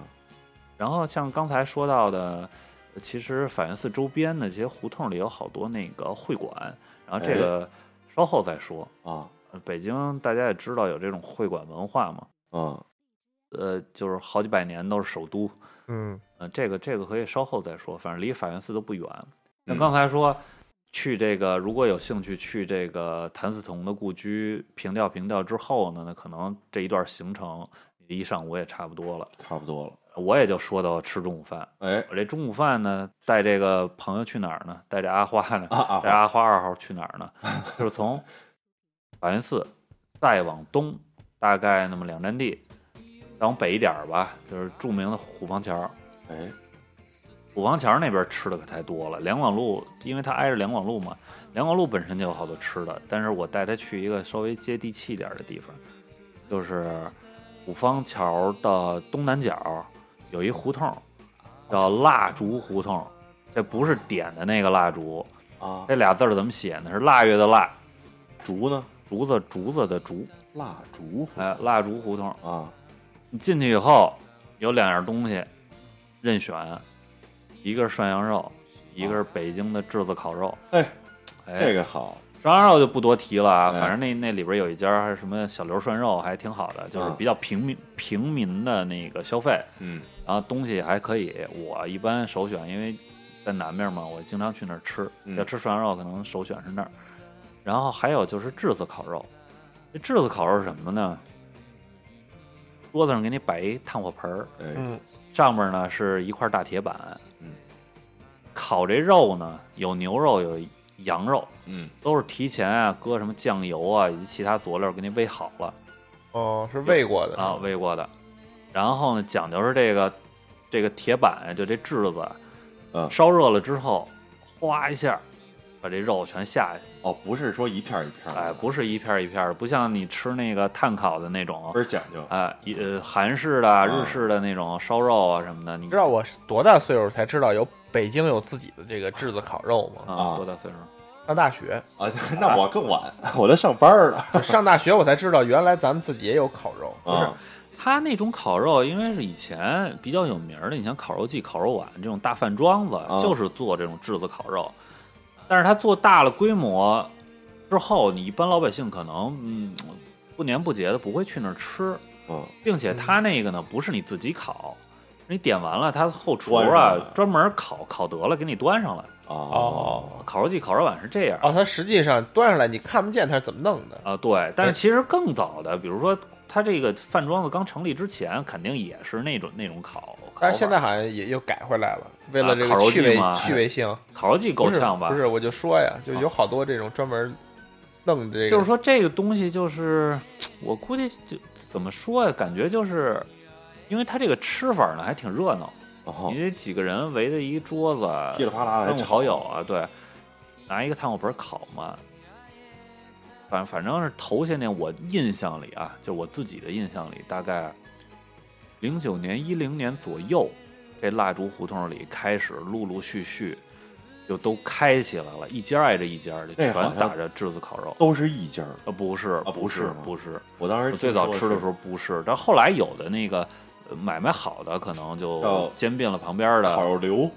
然后像刚才说到的，呃其实法源寺周边的这些胡同里有好多那个会馆，然后这个稍后再说。
啊，
呃北京大家也知道有这种会馆文化嘛，
嗯，
呃，就是好几百年都是首都，
嗯，
呃，这个这个可以稍后再说，反正离法源寺都不远。那
嗯
刚才说去这个，如果有兴趣去这个谭嗣同的故居凭吊凭吊之后呢，那可能这一段行程一上午也差不多了，
差不多了。
我也就说到吃中午饭。
哎，
我这中午饭呢，带这个朋友去哪儿呢？带这阿花呢？
啊啊
带阿花二号去哪儿呢？就是 从法源寺再往东，大概那么两站地，再往北一点儿吧，就是著名的虎坊桥。
哎，
虎坊桥那边吃的可太多了。两广路，因为它挨着两广路嘛，两广路本身就有好多吃的。但是我带他去一个稍微接地气点儿的地方，就是虎坊桥的东南角有一胡同，叫蜡烛胡同。这不是点的那个蜡烛，
啊，
这俩字儿怎么写呢？是腊月的腊，
竹呢？
竹子竹子的竹，
蜡烛
哎，蜡烛胡同。
啊，
你进去以后有两样东西任选，一个是涮羊肉，一个是北京的炙子烤肉。
哦哎，
哎，
这个好。
涮羊肉就不多提了啊，
哎
反正那那里边有一家还是什么小刘涮肉，还挺好的，就是
嗯
比较平民平民的那个消费，
嗯，
然后东西还可以。我一般首选，因为在南面嘛，我经常去那儿吃。
嗯
要吃涮羊肉，可能首选是那儿。然后还有就是炙子烤肉，这炙子烤肉是什么呢？桌子上给你摆一炭火盆儿，
哎，
嗯，
上面呢是一块大铁板，
嗯，
烤这肉呢有牛肉有羊肉，
嗯，
都是提前啊搁什么酱油啊以及其他佐料给你煨好了
哦，是喂过的
啊，煨过的。然后呢讲究是这个这个铁板就这炙子，
嗯
烧热了之后，哗一下把这肉全下去，
哦，不是说一片儿一片儿的，
哎，不是一片儿一片儿的，不像你吃那个炭烤的那种
倍。儿讲究。
啊，一呃，韩式的、日式的那种烧肉啊什么的，你
你知道我是多大岁数才知道有北京有自己的这个炙子烤肉吗？
啊
啊
多大岁数？
上大学，
啊，那我更晚，我都上班儿 了。
就上大学我才知道，原来咱们自己也有烤肉。
啊，
他那种烤肉，因为是以前比较有名儿的，你像烤肉季、烤肉碗这种大饭庄子，
啊
就是做这种炙子烤肉。但是他做大了规模之后，你一般老百姓可能嗯不年不节的不会去那儿吃，
嗯，
并且他那个呢不是你自己烤，你点完了，他后厨
端
啊
上来
专门烤烤得了给你端上来。
哦，
烤肉季、烤肉碗是这样。
哦，它实际上端上来你看不见它是怎么弄的。
啊，对，
哎
但是其实更早的，比如说他这个饭庄子刚成立之前，肯定也是那种那种烤。
但是
烤
现
法
在好像也又改回来了，为了这
啊烤肉
个趣
季
味
嘛
趣味性，
烤肉季够
不是
呛吧？哦
不是，我就说呀，就有好多这种专门弄这个，
就是说这个东西就是，我估计就怎么说呀、感觉就是，因为它这个吃法呢还挺热闹，
哦
你，这几个人围着一桌子，
噼里啪啦的
三五好友啊，对，拿一个炭火盆烤嘛。反反正是头些年我印象里啊，就我自己的印象里，大概零九年、一零年左右，这蜡烛胡同里开始陆陆续续就都开起来了，一家挨着一家的，
那
全
哎好像
打着炙子烤肉。
都是一家儿。
呃，不是，
不
不
是吗
不是。
我当时
最早吃的时
候
候不是，但后来有的那个呃买卖好的，可能就
叫
兼并了旁边的
烤肉流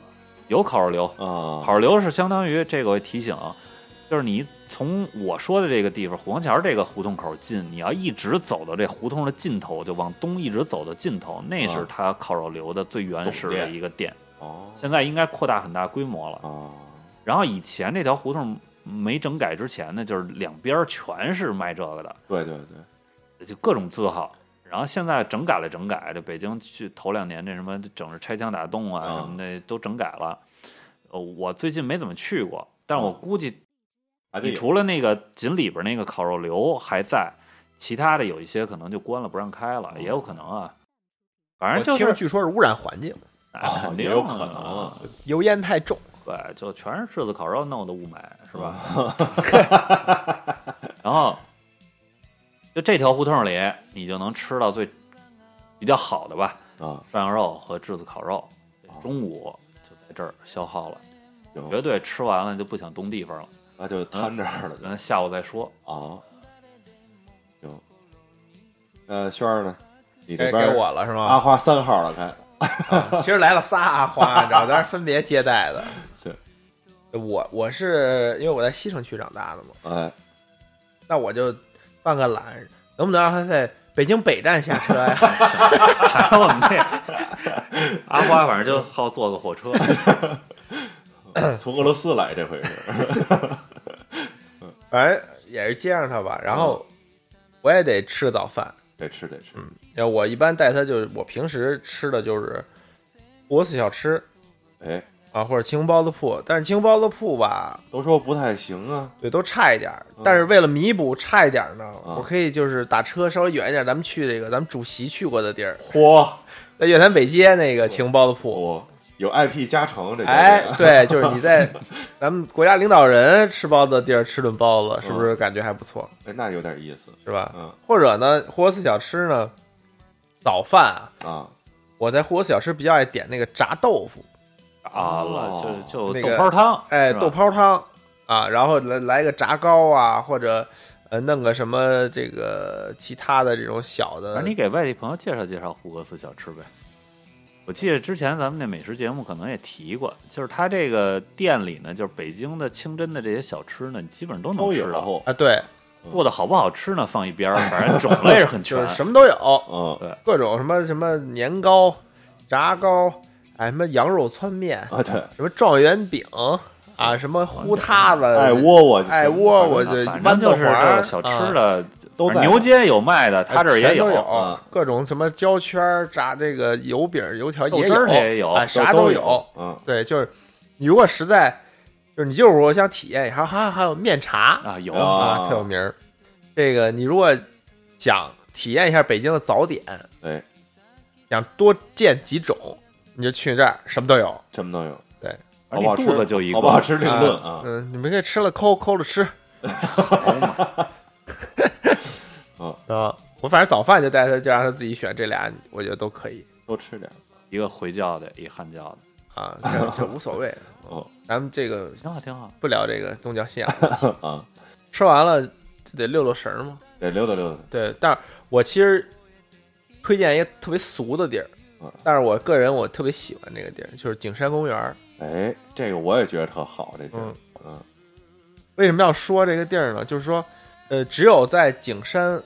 有烤肉流，
啊，
烤肉流是相当于这个我也提醒啊，就是你从我说的这个地方虎坊桥这个胡同口进，你要一直走到这胡同的尽头，就往东一直走到尽头，那是
啊
它烤肉流的最原始
总
的
店
一个店。
哦
现在应该扩大很大规模了。
哦，
然后以前这条胡同没整改之前呢，就是两边全是卖这个的，
对对对，
就各种字号。然后现在整改了整改，这北京去头两年这什么整是拆墙打洞啊
啊
什么的都整改了。呃，我最近没怎么去过，但
啊
我估计
还得
你
有
除了那个锦里边那个烤肉流还在，其他的有一些可能就关了不让开了，也有可能啊。反正
我
就
听
是
据说是污染环境，
哎肯 定
也有可能
啊
啊，
油烟太重。
对，就全是柿子烤肉弄的雾霾，是吧？
哦
然后就这条胡同里，你就能吃到最比较好的吧，
啊，
涮羊肉和炙子烤肉。
哦
中午就在这儿消耗了，绝
行，
对吃完了就不想动地方了。
那就摊这儿了就
咱下午再说。
啊，行，呃，轩儿呢？你这
该
边
给
儿
我啊了是
阿
啊
吗？
花三号了，开。
其实来了仨阿 花，你知道，咱是分别接待的
是，
我我是因为我在西城区长大的嘛，
哎，
那我就犯个懒，能不能让他在北京北站下车呀？
然后我们这阿花反正就好坐个火车，
哦哎从俄罗斯来这回是，
反正也是接上他吧，然后
嗯
我也得吃早饭。
得吃得吃，
要我一般带他就是我平时吃的就是国四小吃
哎，
啊，或者清包子铺，但是清包子铺吧，
都说不太行啊，
对，都差一点儿。但是为了弥补差一点儿呢，
嗯
我可以就是打车稍微远一点，咱们去这个咱们主席去过的地儿，
嚯，
在越南北街那个清包子铺。
我有 IP 加成这叫
哎
什么，
对，就是你 在咱们国家领导人吃包子的地儿吃顿包子，是不是感觉还不错？
哎，那有点意思，
是吧？
嗯
或者呢，霍尔斯小吃呢，早饭啊，
啊，
我在霍尔斯小吃比较爱点那个炸豆腐，
啊
哦
了，就就
那
豆
个
泡汤，
哎，
是吧
豆泡汤啊，然后来来个炸糕啊，或者呃弄个什么这个其他的这种小
反
的
正，你给外地朋友介绍介绍胡格斯小吃呗。我记得之前咱们那美食节目可能也提过，就是它这个店里呢，就是北京的清真的这些小吃呢，你基本上都能
都
吃到。
有，
啊，对，
做的好不好吃呢，放一边儿，反正种类是很
就
全
是。什么都有，
嗯
各种什么什么年糕、炸糕，哎，什么羊肉汆面，
啊，对，
什么状元饼啊，什么糊塌子，
爱哎窝窝就行，
爱呃窝窝，
啊
这
反正
豌豆
就是
黄
这
儿
个小
啊
吃的，
都
反正
在
牛街有卖的，他这儿
哎全
也
都
啊
各种什么焦圈儿、炸这个油饼儿、油条
豆
也
汁儿
有，
它也有
哎，
都
啥
都
有。，
嗯，
对，就是你如果实在就是你就是我想体验，还还还有面茶
啊有
啊
啊，特有名儿。这个你如果想体验一下北京的早点，
哎，
想多见几种，你就去这儿，什么都有。
什么都有，好
而
不
且
好吃？
肚子就一个，
好不好吃另论
啊
啊，
嗯，你们可以吃了抠抠 着吃
嗯，
啊。我反正早饭就带他，就让他自己选这俩，我觉得都可以
多吃点儿，
一个回教的，一个汉教的，
啊，这这无所谓。
哦
咱们这个
挺好挺好。
不聊这个宗教信仰，
啊，
吃完了就得溜溜神儿嘛。
得溜达溜达，
对，但是我其实推荐一个特别俗的地儿
嗯，
但是我个人我特别喜欢这个地儿，就是景山公园儿。
哎，这个我也觉得特好，这地儿
嗯，
嗯，
为什么要说这个地儿呢？就是说，呃，只有在景山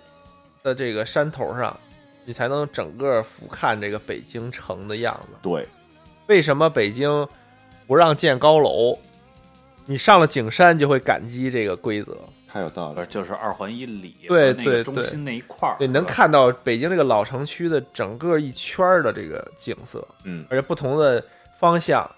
的这个山头上，你才能整个俯瞰这个北京城的样子。
对，
为什么北京不让建高楼？你上了景山就会感激这个规则，
太有道
不
理
是，，就是二环以里
对
和那个
对
中
对
心那一块儿，
对，能
是吧
看到北京这个老城区的整个一圈儿的这个景色，
嗯，
而且不同的方向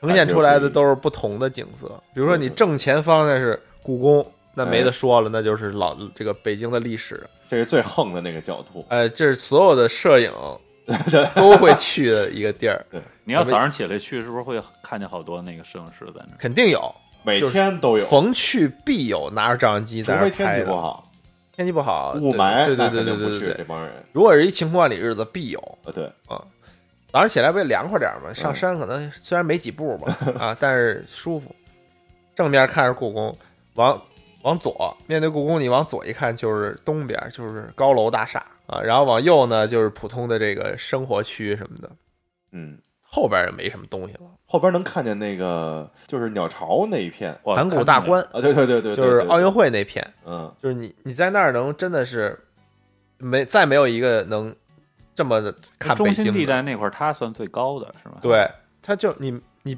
呈现出来的都是不同的景色。比如说你正前方那是故宫，那没得说了，那就是老这个北京的历史。
这是最横的那个角度，
呃，这是所有的摄影都会去的一个地儿，
你要早上起来去，是不是会看见好多那个摄影师在那儿？
肯定有，
每天都有，
逢去必有，拿着照相机
除
在那
非
儿
天
拍
气不
的。
好，
天气不好，
雾霾
对
那
对
肯
对对
定不
对对
去，
对
这。帮人，
如果是一情况里日子必有，
啊，对，
早上起来不也凉快点儿吗？上
嗯
山可能虽然没几步吧，啊，但是舒服。正面看是故宫，往往左面对故宫，你往左一看就是东边，就是高楼大厦啊，然后往右呢就是普通的这个生活区什么的。
嗯，
后边也没什么东西了，
后边能看见那个就是鸟巢那一片
哇
盘古大，观
啊，对对对对，对
就是奥，
对
运会那片，
嗯，
就是你你在那儿能真的是没再没有一个能这么地
看
看
中
北
心
京
地
的，
带那块儿它算最高的是吧？，
对，它就你你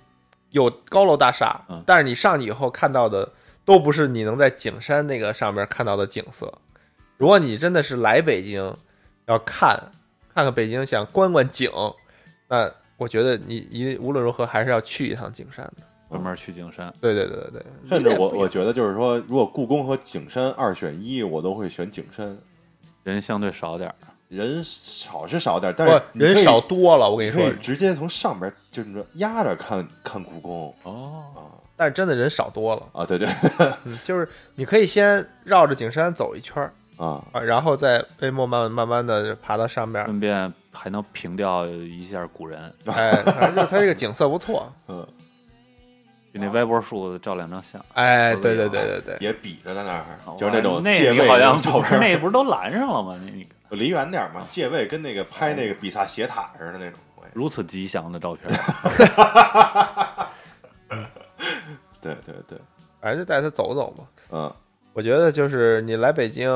有高楼大厦
嗯，
但是你上去以后看到的都不是你能在景山那个上面看到的景色。如果你真的是来北京要看看看北京，想观观景，那我觉得你一无论如何还是要去一趟景山的。
专门去景山。
对对对对对，
甚至
有点
我
不一
我
样
觉得就是说，如果故宫和景山二选一，我都会选景山。
人相对少点儿，
人少是少点，但是
不
你可以
人少多了，我跟你
你
说
可以，直接从上边就是你说压着看看故宫
哦，
啊
但是真的人少多了，
啊，对 对
嗯，就是你可以先绕着景山走一圈儿
啊，
啊，然后再背慢慢慢慢的爬到上面，
哦顺便还能平掉一下古人，
哎，反正就是它这个景色不错，
嗯，
去那歪脖树照两张相。
哎，对对对对对，
也比着在那儿
好，
就是那种
那
借
你
位
好像
照 片，
那不是都拦上了吗？那你
离远点嘛，借位跟那个拍那个比萨斜塔似的那种。我也
如此吉祥的照片，
对对对，
反正就带他走走嘛。
嗯
我觉得就是你来北京，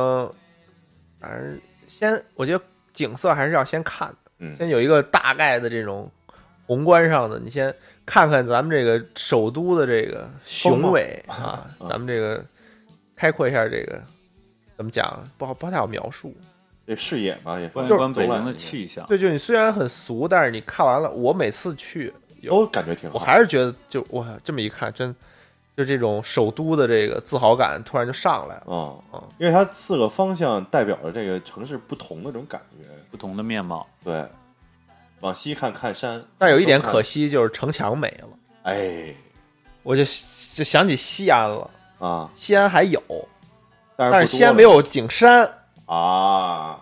反正先，我觉得景色还是要先看的，
嗯
先有一个大概的这种宏观上的，你先看看咱们这个首都的这个雄 伟啊，
嗯
咱们这个开阔一下这个怎么讲，不好不太好描述。
这视野嘛也
关
是
于关于北
走
京
了
的气象。
对，就你虽然很俗，但是你看完了，我每次去，
都感觉挺好。
我还是觉得就我这么一看，真就这种首都的这个自豪感突然就上来了。
啊
嗯，
因为它四个方向代表着这个城市不同的这种感觉。
不同的面貌，
对，往西看看山，
但有一点可惜，就是城墙没了。
哎
我就就想起西安了，
啊，
西安还有，
但是
但
不
是
多
西安
了
没有景山。
啊，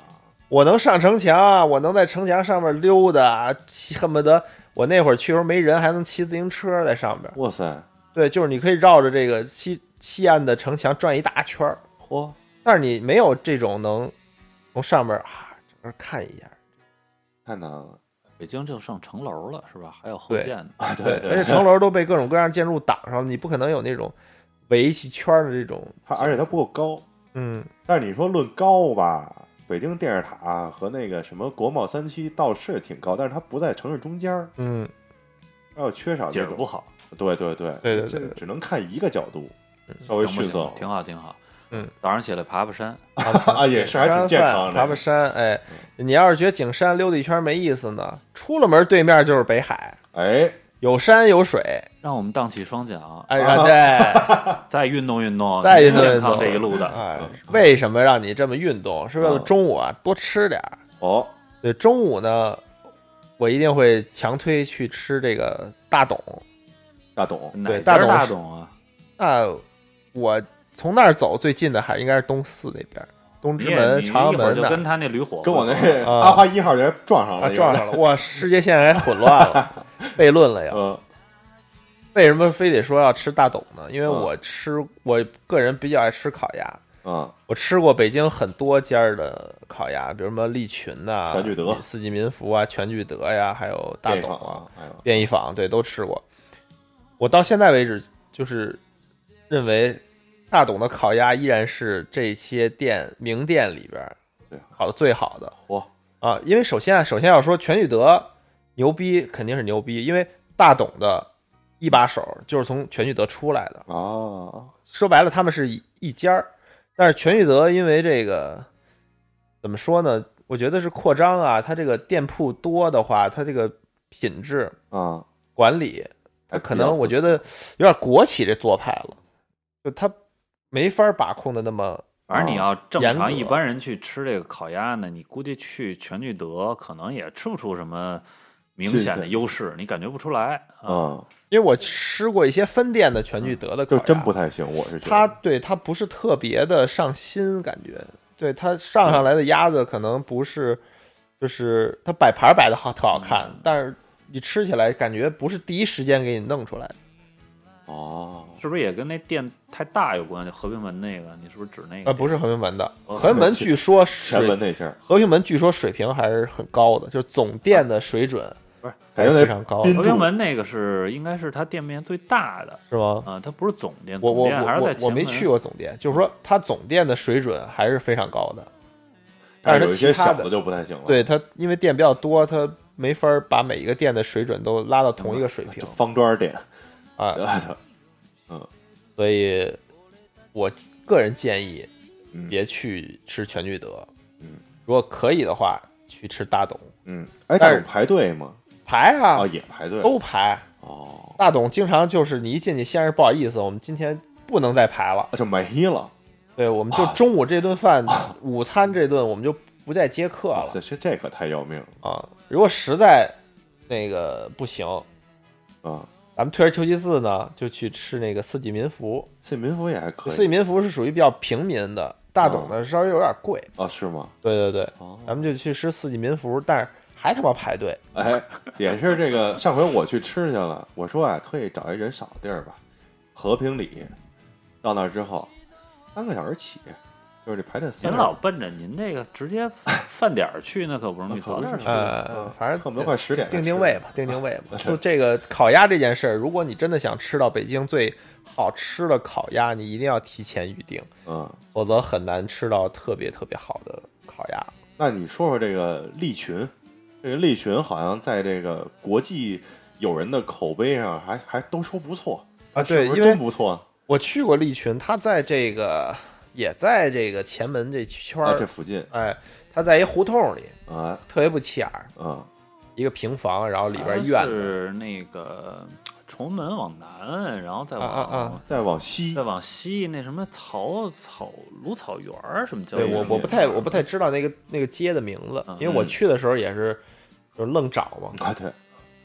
我能上城墙，啊我能在城墙上面溜达，骑恨不得我那会儿去的时候没人，还能骑自行车在上边。
哇塞，
对，就是你可以绕着这个西西岸的城墙转一大圈儿，
嚯，
但是你没有这种能从上面啊整个看一眼。
太难了
北京就剩城楼了，是吧？还有后
对
建的，
啊！
对，而
对，
且城楼都被各种各样的建筑挡上了，你不可能有那种围一圈儿的这种。
它而且它不够高，
嗯，
但是你说论高吧，北京电视塔和那个什么国贸三期倒是挺高，但是它不在城市中间儿，
嗯，
还有缺少
景
这
儿不
种，
好，
对对对
对对
这
对对
只能看一个角度
嗯，
稍微
行不
逊
行
色
挺好，挺好。
嗯，
早上起来爬爬山，
啊，也是还挺健康的，嗯
爬爬山，哎，你要是觉得景山溜达一圈没意思呢，出了门对面就是北海，
哎，
有山有水，
让我们荡起双桨，
哎，让对，
再运动运动，
再运动
健
运
康
动
这一路的。
哎，为什么让你这么运动？是为了
嗯
中午啊多吃点儿。
哦，
对，中午呢，我一定会强推去吃这个大董。
大董
哪
大
家
董
大
是
董啊？
那我从那儿走最近的还应该是东四那边，东
你
直
也
门、
你
朝阳
一会儿
门
就跟
那
他那驴火
跟我那个
啊
阿花一号人撞上
啊
了，
撞上了，哇，世界线还混乱 了，悖论了
嗯
呀。
呃，
为什么非得说要吃大董呢？因为
嗯
我吃，我个人比较爱吃烤鸭。
嗯
我吃过北京很多家儿的烤鸭，比如什么利群呐、
全聚德
四季民福啊、全聚德呀、还有大
这
董
个
啊、，
哎呦，
便宜坊，对，都吃过。我到现在为止，就是认为大董的烤鸭依然是这些店名店里边儿
对
烤的最好的。
嚯，
啊，因为首先啊，首先要说全聚德牛逼肯定是牛逼，因为大董的一把手就是从全聚德出来的。
啊，
说白了，他们是一一家儿，但是全聚德因为这个怎么说呢？我觉得是扩张啊，它这个店铺多的话，它这个品质
啊，
管理，它
还
可
比较
能我觉得有点国企这做派了，就它没法把控的那么
反正你要正
嗯严格
常一般人去吃这个烤鸭呢，你估计去全聚德可能也吃不出什么明显的优势，你感觉不出来啊。
嗯，
因为我吃过一些分店的全聚德的烤
就
鸭，
真不太行，我是觉得
它对它不是特别的上心，感觉对它上上来的鸭子可能不是，就是它摆盘摆的好特好看，
嗯
但是你吃起来感觉不是第一时间给你弄出来的。
哦，
是不是也跟那店太大有关系？和平门那个，你是不是指那个？
呃，不是和平门的，
哦
和平门
嗯前
据说
前
水
门那下儿啊
和平门据说水平还是很高的，就是总店的水准感
感
觉
觉
非
得
常高，
宾
和
主
平门那个是应该是它店面最大的
是吗？
啊、它不是总店，
我
总
我
店还是在
我
前
我
门嗯
没去过总店，就是说它总店的水准还是非常高的，但
但是
是它
有一
其
些
他
小
的
的就不太行了。
对它，因为店比较多，它没法儿把每一个店的水准都拉到同一个水平
就方砖店，
啊，所以我个人建议
嗯
别去吃全聚德，
嗯，
如果可以的话，去吃大董
嗯，哎，
但
但
是
是排队吗？
排啊
哦
啊，，也排队
都排。
哦，
大董经常就是你一进去，先是不好意思，我们今天不能再排了
啊，就没了。
对，我们就
哦
中午这顿饭，午餐这顿我们就不再接客
哇
了
塞，这这可太要命了
啊。如果实在那个不行，
啊！
咱们退而求其次呢，就去吃那个四季民福。
这民福也还可
四季
以
民福是属于比较平民的，大董呢稍微有点贵。
啊，是吗？
对对对，
哦，
咱们就去吃四季民福，但是还他妈排队。
哎，也是这个，上回我去吃去了，我说啊，特意找一人少地儿吧，和平里。到那儿之后，三个小时起，就是得排队三
您
个
老
小时，
奔着您这个直接 饭点儿去，那可不是
那
啊
你
可
早
不
点
是嗯
去。
呃，反正
恨不得快十点才
定
吃
定位吧，定定位
啊
吧。就这个烤鸭这件事儿，如果你真的想吃到北京最好吃的烤鸭，你一定要提前预定，
嗯，
否则很难吃到特别特别好的烤鸭。
那你说说这个利群，这个利群好像在这个国际友人的口碑上还还都说不错
啊对
是不是
因为
真不错
我去过利群，它在这个也在这个前门这圈
啊，
儿，
这附近
哎，它在一胡同里，
啊
特别不起眼儿，
啊
一个平房，然后里边
好像
院子，
是那个崇文门往南，然后再
啊
往、
啊啊
再往西
再往西那什么草草芦草园儿什么叫？
对我我不太我不太知
道。
道那个那个街的名字，
嗯
因为我去的时候也是就愣找嘛，
啊，对，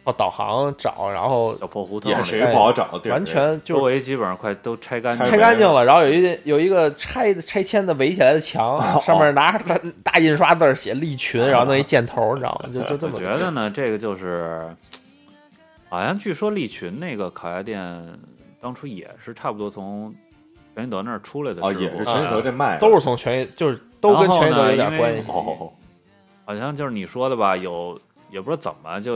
靠导航找，然后
小破胡同
也
里
是一个不好找的地儿，
哎完全就
周
是
围基本上快都拆干净
拆
拆
了。
干净了，然后有一有一个拆拆迁的围起来的墙，
哦
上面拿大大印刷字儿写利群，然后弄一箭头，你知道吗？就就这
我
么
觉得呢，这个就是，好像据说利群那个烤鸭店当初也是差不多从全聚德那儿出来的嗯
啊，
师
也
傅
是全聚德这卖的
都是从全就是都跟全聚德有点
然后呢因为
关系。
哦，
好像就是你说的吧，有也不知道怎么就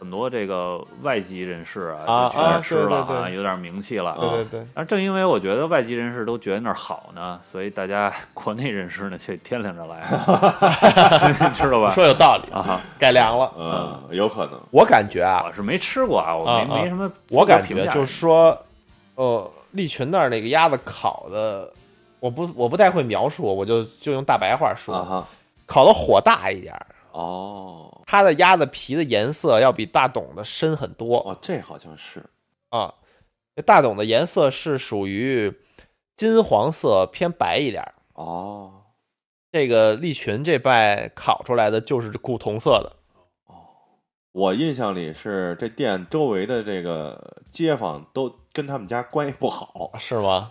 很多这个外籍人士
啊
啊，就去那
啊
儿吃了，
对对对嗯
好像有点名气了。
对
啊
对对，
而正因为我觉得外籍人士都觉得那儿好呢，所以大家国内人士呢却掂量着来， 知道
你
吧？
说有道理，
啊，
改良了。
呃，有可能
我感觉啊，
我是没吃过啊，我没、
啊啊
没什么资格
我感
评
觉
价
就是说，呃，利群那儿那个鸭子烤的，我不我不太会描述，我就就用大白话说，
啊哈，
烤的火大一点儿，
哦
它的鸭子皮的颜色要比大董的深很多
哦，这好像是
啊。大董的颜色是属于金黄色偏白一点儿，
哦
这个利群这拜烤出来的就是古铜色的。
我印象里是这店周围的这个街坊都跟他们家关系不好，
啊是吗？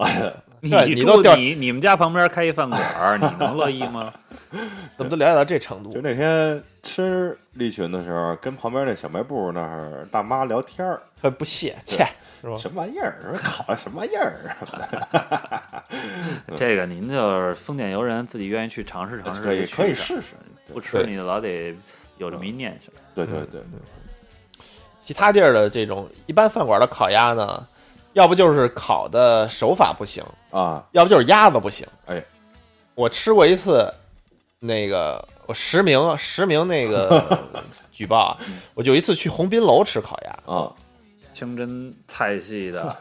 你
对你
住
都掉
你你们家旁边开一饭馆儿，你能乐意吗？
怎么都了解到这程
就
度？
那天吃利群的时候，跟旁边那小卖部那儿大妈聊天儿，
他不屑，切，是
哦
吧？
什么玩意儿，说烤的什么玩意儿，
这个您就是封建游人，自己愿意去尝试尝试，
可以
就去
可以试
试，
试。
不吃嗯你老得有这么一念想。
对对对对，
其他地儿的这种一般饭馆的烤鸭呢，要不就是烤的手法不行，
啊，
要不就是鸭子不行。
哎，
我吃过一次，那个我实名啊实名那个举报啊，我就有一次去红宾楼吃烤鸭，
啊，
清真菜系的，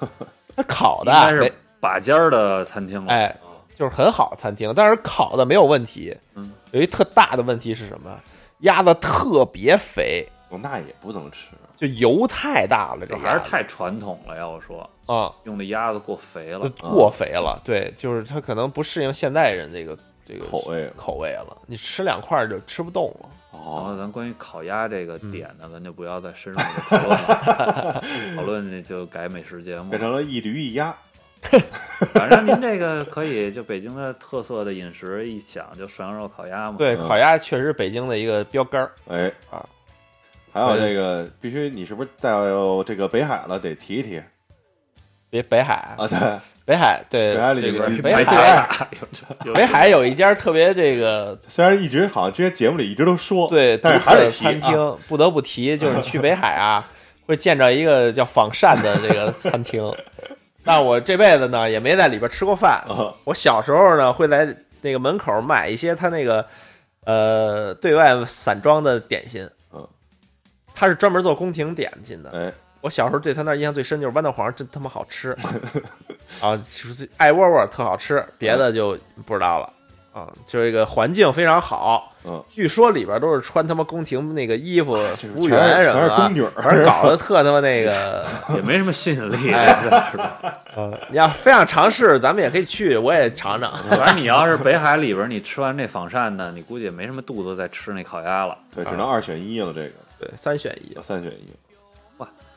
它烤
应
的啊
该
没
是嗯把尖儿的餐厅了。
哎，就是很好的餐厅，但是烤的没有问题。
嗯，
有一特大的问题是什么？鸭子特别肥，
那也不能吃，
就油太大了，这
这
鸭
还是
子
太传统了呀！我说，
啊。
用的鸭子过肥
就
了，哦
嗯
过肥了，对，就是它可能不适应现代人这个这个
口味了
口味了，你吃两块儿就吃不动了。
然后
哦，
咱关于烤鸭这个点呢，咱就不要再深入的讨论了， 讨论这就改美食节目
变。成了一驴一鸭，
反正您这个可以，就北京的特色的饮食一想就涮羊肉烤鸭嘛。
对，
嗯
烤鸭确实是北京的一个标杆儿。
哎
啊，
还有这个必须，你是不是到这个北海了？得提一提
别北海，
啊，对，
北海对
北海里
这个
边
北
白
海
天
啊 有有
北海有一家特别这个
虽然一直好像之前节目里一直都说，
对，
但是
独
还
特
得
的
提
餐
啊
厅不得不提，就是去北海啊，会见着一个叫仿膳的这个餐厅。 那我这辈子呢也没在里边吃过饭。
啊
我小时候呢会在那个门口买一些他那个呃对外散装的点心
嗯，
他是专门做宫廷点心的。
哎，
我小时候对他那儿印象最深就是豌豆黄真他妈好吃啊，就是爱窝窝特好吃，别的就不知道了啊。就这个环境非常好，
嗯，
据说里边都是穿他妈宫廷那个衣服，
就是
服务员啊
全是
什么的，
全是宫女儿
反正搞得特他妈 那个。
也没什么吸引 力，
哎
是吧？
呃，你要非想尝试，咱们也可以去，我也尝尝。
嗯
反正你要是北海里边，你吃完这仿膳呢，你估计也没什么肚子再吃那烤鸭了。
对，只能二选一了，这个
对，三选一
要，三选一，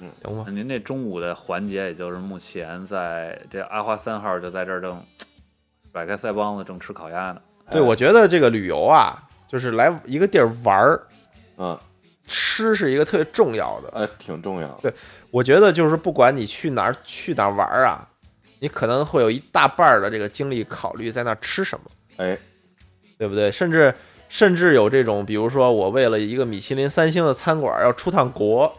行吗
那？您这中午的环节，也就是目前在这阿花三号就在这儿正甩开腮帮子正吃烤鸭呢。
对，
呃
我觉得这个旅游啊，就是来一个地儿玩儿，
嗯，
吃是一个特别重要的。
哎，挺重要的，
我觉得就是不管你去哪儿去哪儿玩儿啊，你可能会有一大半儿的这个精力考虑在那儿吃什么，
哎，
对不对？甚至甚至有这种，比如说我为了一个米其林三星的餐馆要出趟国，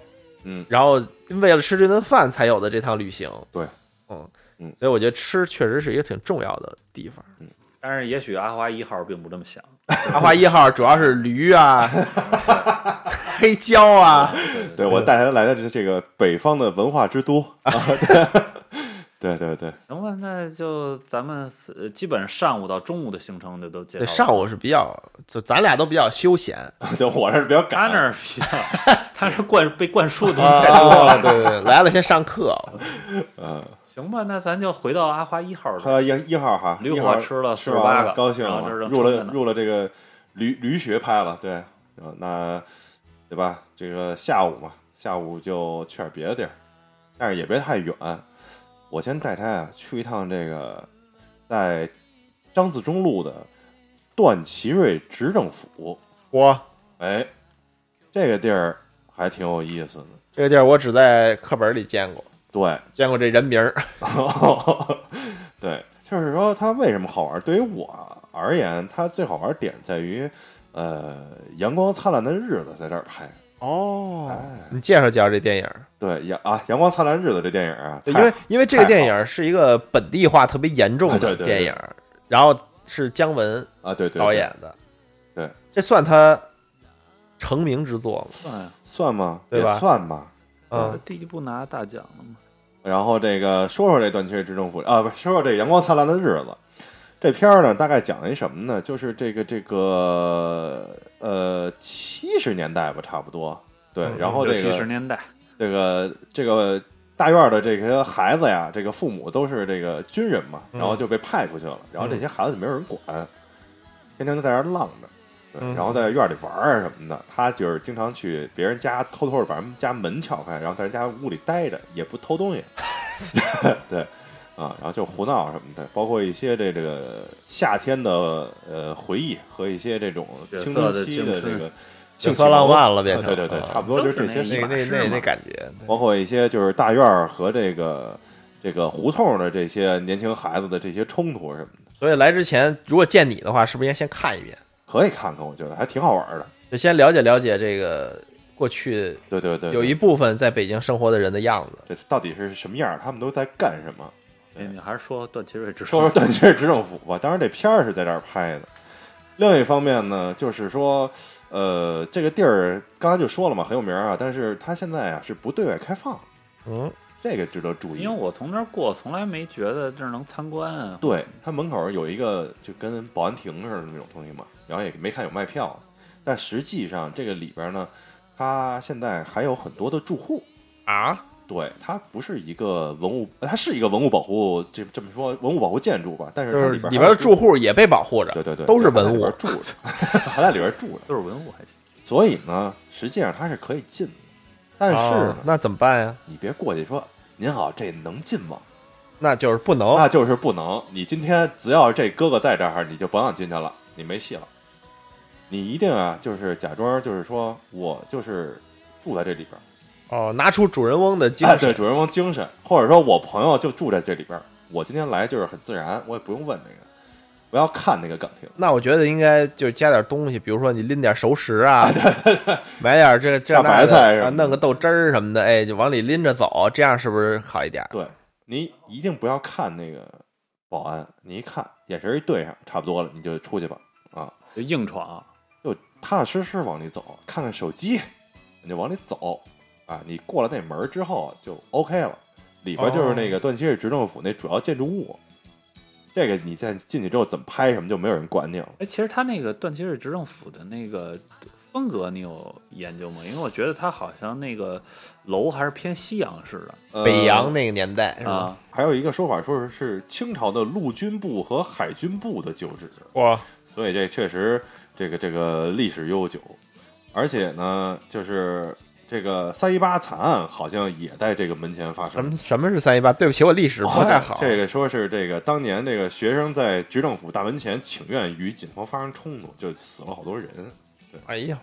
嗯，
然后为了吃这顿饭才有的这趟旅行。
对，
嗯
嗯
所以我觉得吃确实是一个挺重要的 地方。
但是也许阿花一号并不这么想，
阿花一号主要是 驴啊、黑椒啊，
对我带他来的这这个北方的文化之都啊， 对对对对，
行吧？那就咱们呃基本上上午到中午的行程就都介绍
对，
了。
上午是比较，就咱俩都比较休 闲。
就我这是比较
他
赶啊
那，儿比较， 他是灌被灌输的东西太多了。
啊，对对对，来了先上课，
嗯，
行吧，那咱就回到阿花一号这
他
儿。
一一号哈，
驴
一
火
号
吃了
吃
48
完
个
了，高兴
然后
了
这儿正
入
吃
了
着呢
入了这个驴驴学派了，对，呃那对吧？这个下午嘛，下午就去点别的地儿，但是也别太远。我先带他呀去一趟这个在张自忠路的段祺瑞执政府，
我
哎，这个地儿还挺有意思的。
这个地儿我只在课本里见过，
对，
见过这人名儿。
对，就是说它为什么好玩？对于我而言，它最好玩点在于，呃，阳光灿烂的日子在这儿拍。
哦
哎
你介绍介绍这电影儿，
对，阳啊，阳光灿烂日子这电影啊，
对，
太
因为因为这个
太好
电影儿是一个本地化特别严重
哎对
的
对对
电影儿，然后是姜文
啊，对对对
导演的，
对
这算他成名之作吗？
啊
算
算吗？
对吧
也算吧。
呀
嗯，，
第一部拿大奖了嘛？
然后这个说说这段祺瑞执政府啊，不是说说这阳光灿烂的日子。这片儿呢，大概讲一什么呢？就是这个这个呃，七十年代吧，差不多。对，
嗯
然后这
六
个
七十年代，
这个这个大院儿的这些孩子呀，这个父母都是这个军人嘛，
嗯
然后就被派出去了，然后这些孩子就没有人管，天天都在这儿浪着。对，
嗯
然后在院儿里玩儿啊什么的，他就是经常去别人家偷偷的把人家门撬开，然后在人家屋里待着，也不偷东 西。 对，啊，然后就胡闹什么的，包括一些这这个夏天的呃回忆和一些这种
血
青
色
春
的
期
青
的这
春
个
血
性
色
启蒙
浪漫了变
啊对
成
对对，
啊
差不多就是这些
都是
事
那
情
个那
是
那
吗
那感觉，对
包括一些就是大院儿和这个这个胡同的这些年轻孩子的这些冲突什么的，
所以来之前如果见你的话，是不是应该先看一遍，
可以看看，我觉得还挺好玩的。
就先了解了解这个过去
对对对，
有一部分在北京生活的人的样子？
这到底是什么样儿？他们都在干什么？
哎，你还是说段祺瑞之
说说段祺瑞执政府吧。当然，这片儿是在这儿拍的。另一方面呢，就是说，呃，这个地儿刚才就说了嘛，很有名儿啊，但是它现在啊是不对外开放，
嗯，
这个值得注意。
因为我从那儿过，从来没觉得这儿能参观啊。
对，它门口有一个就跟保安亭似的那种东西嘛，然后也没看有卖票，但实际上这个里边呢，它现在还有很多的住户。
啊，
对，它不是一个文物，呃它是一个文物保护，这这么说文物保护建筑吧，但是
就
它
是
里边
里
还
边
有
的住，户也被保护着，
对对对，
都是
就还在
文
里
物
边住着， 还在里边住着，
都是文物还行，
所以呢，实际上它是可以进的，但是
哦
呢，
那怎么办呀？
你别过去说您好，这能进吗？
那就是不能
那就是不能。你今天只要这哥哥在这儿，你就甭想进去了，你没戏了。你一定啊，就是假装，就是说我就是住在这里边儿，
哦，拿出主人翁的精
哎，
神，
对主人翁精神，或者说我朋友就住在这里边儿，我今天来就是很自然，我也不用问这个，不要看那个岗亭。
那我觉得应该就加点东西，比如说你拎点熟食啊，买点这这
大
那
白
的
菜什么
啊，
的
弄个豆汁儿什么的，哎，就往里拎着走，这样是不是好一点？
对你一定不要看那个保安，你一看眼神一对上，差不多了，你就出去吧。啊，
就硬闯。
就踏踏实实往里走，看看手机，你就往里走。啊，你过了那门儿之后就 OK 了，里边就是
哦
那个段祺瑞执政府那主要建筑物。这个你在进去之后怎么拍什么就没有人管你了。
哎，其实他那个段祺瑞执政府的那个风格，你有研究吗？因为我觉得他好像那个楼还是偏西洋式的
呃
北洋那个年代哎是吧？
啊。
还有一个说法，说是是清朝的陆军部和海军部的旧址，
哇，
所以这确实这个这个历史悠久，而且呢，就是这个三一八惨案好像也在这个门前发
什
生
么。什么是三一八？对不起，我历史不太好。
哎啊这个说是这个当年这个学生在执政府大门前请愿与警方发生冲突，就死了好多人，
哎呀，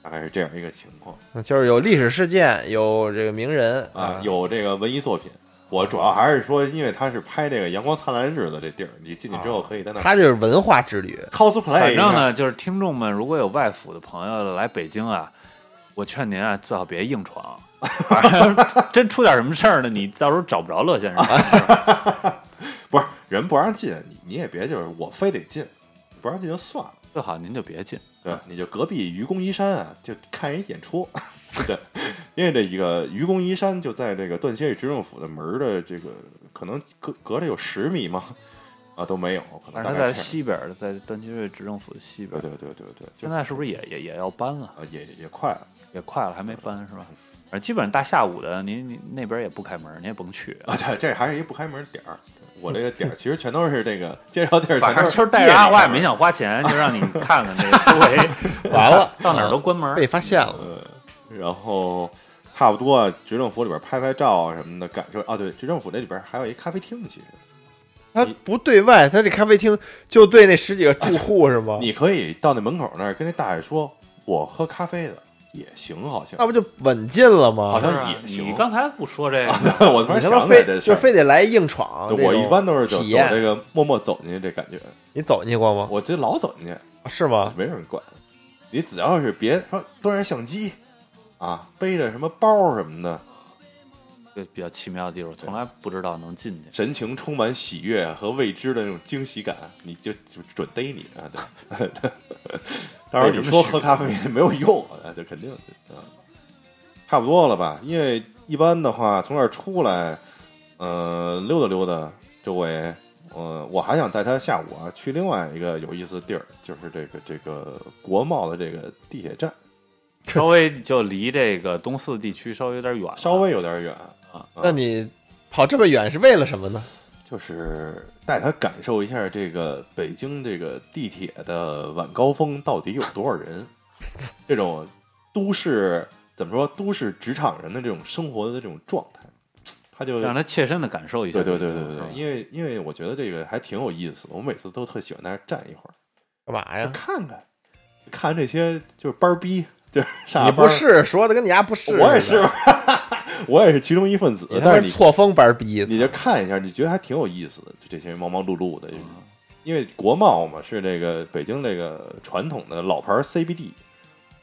大概是这样一个情况
就是有历史事件，有这个名人
啊。有这个文艺作品，我主要还是说，因为他是拍这个《阳光灿烂日子》的这地儿，你进去之后可以在那
他就是文化之旅，
cosplay
反
一下。
正呢，就是听众们如果有外府的朋友来北京啊，我劝您啊，最好别硬闯。 反正真出点什么事儿呢，你到时候找不着乐先生。
啊不是人不让进，你你也别就是我非得进，不让进就算了。
最好您就别进。
对，你就隔壁愚公移山啊，就看人演 出。对，因为这一个愚公移山就在这个段祺瑞执政府的门儿的这个，可能隔隔着有十米吗？啊，都没有，可能
反
大
正他
概
在
这样。
西边儿，在段祺瑞执政府的西边
对
儿。
对对对对，就
现在是不是也也也要搬了？
啊也也快了
也快了，还没搬是吧？
嗯
反正基本上大下午的，您您那边也不开门，您也甭去。
啊？对，这还是一不开门点儿。我这个点儿其实全都是这个介绍地儿，
反正
全
今
都
儿
是
带着阿花也没
夜里
想花钱，就让你看 看这个周围，
完了
到哪儿都关
嗯
门。
被发现了。
呃，然后差不多啊执政府里边拍拍照啊什么的，感受啊。对，执政府这里边还有一咖啡厅，其实
他不对外，他这咖啡厅就对那十几个住户是吗？
啊你可以到那门口那儿跟那大爷说，我喝咖啡的也行，好像
那不就稳进了啊
好
吗？
像
是啊
也行
你刚才不说这个吗，
我突
你
然
他妈
想起来
非
这事
就
儿。
非得来硬闯
就，
这
我
种
一般都是走
体
走这
验。
个默默走进去这感觉，
你走进去过吗？
我这老走进去，
是吗？
没人管。你只要是别说端着相机啊，背着什么包什么的，
这比较奇妙的地方，从来不知道能进去。
神情充满喜悦和未知的那种惊喜感，你就就准逮你啊！对，到时候你说喝咖啡没有用啊，就肯定啊，差不多了吧？因为一般的话，从这儿出来，呃，溜达溜达周围，呃，我还想带他下午啊去另外一个有意思的地儿，就是这个这个国贸的这个地铁站，
稍微就离这个东四地区稍微有点远了，
稍微有点远，啊嗯
那你跑这么远是为了什么呢？
就是带他感受一下这个北京这个地铁的晚高峰到底有多少 人，这种都市怎么说都市职场人的这种生活的这种状态，他就
让他切身的感受一下
对
这
对
个。
对对对
嗯
对，
为
因为因为我觉得这个还挺有意思的，我每次都特喜欢在那儿站一会儿，
干嘛哎呀
就？看看看这些就是班儿逼，就是 上
你
下班
不
儿，
是说的跟你丫不是？
我也是，， 我也是其中一份子
你，他
但
妈
是你
错峰班逼，
你就看一下，你觉得还挺有意思的，就这些人忙忙碌碌
嗯
的，
嗯
因为国贸嘛是这个北京这个传统的老牌 CBD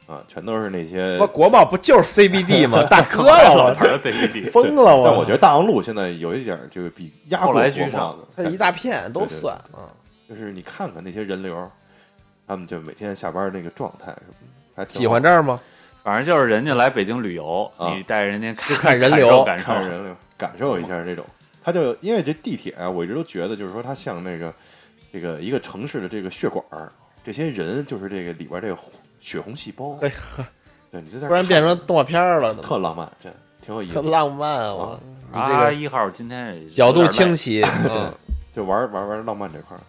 啊，全都是那些
他妈。国贸不就是 CBD 吗？大哥了，
老
我
牌的 CBD，
疯了
但我觉得
得
大望路现在有一点就是比压过
后来
国
居
贸
上
的，
他一大片都算
嗯
啊，
就是你看看那些人流，他们就每天下班那个状态什么的，还挺好
喜欢这儿吗？
反正就是人家来北京旅游，
啊
你带人家看
就看人流
感受
看
感
着
受。
人流，感受一下这种。他就因为这地铁啊，我一直都觉得就是说它像那个这个一个城市的这个血管儿，这些人就是这个里边这个血红细胞，
哎呵，
对，你就在
突然
看
变成动画片儿了，
特浪漫，这挺有意
特
思的。
浪漫，我
啊
你这
啊，
个
一号今天也
角
有
度
点累
清奇，嗯，
就玩玩玩浪漫这块儿，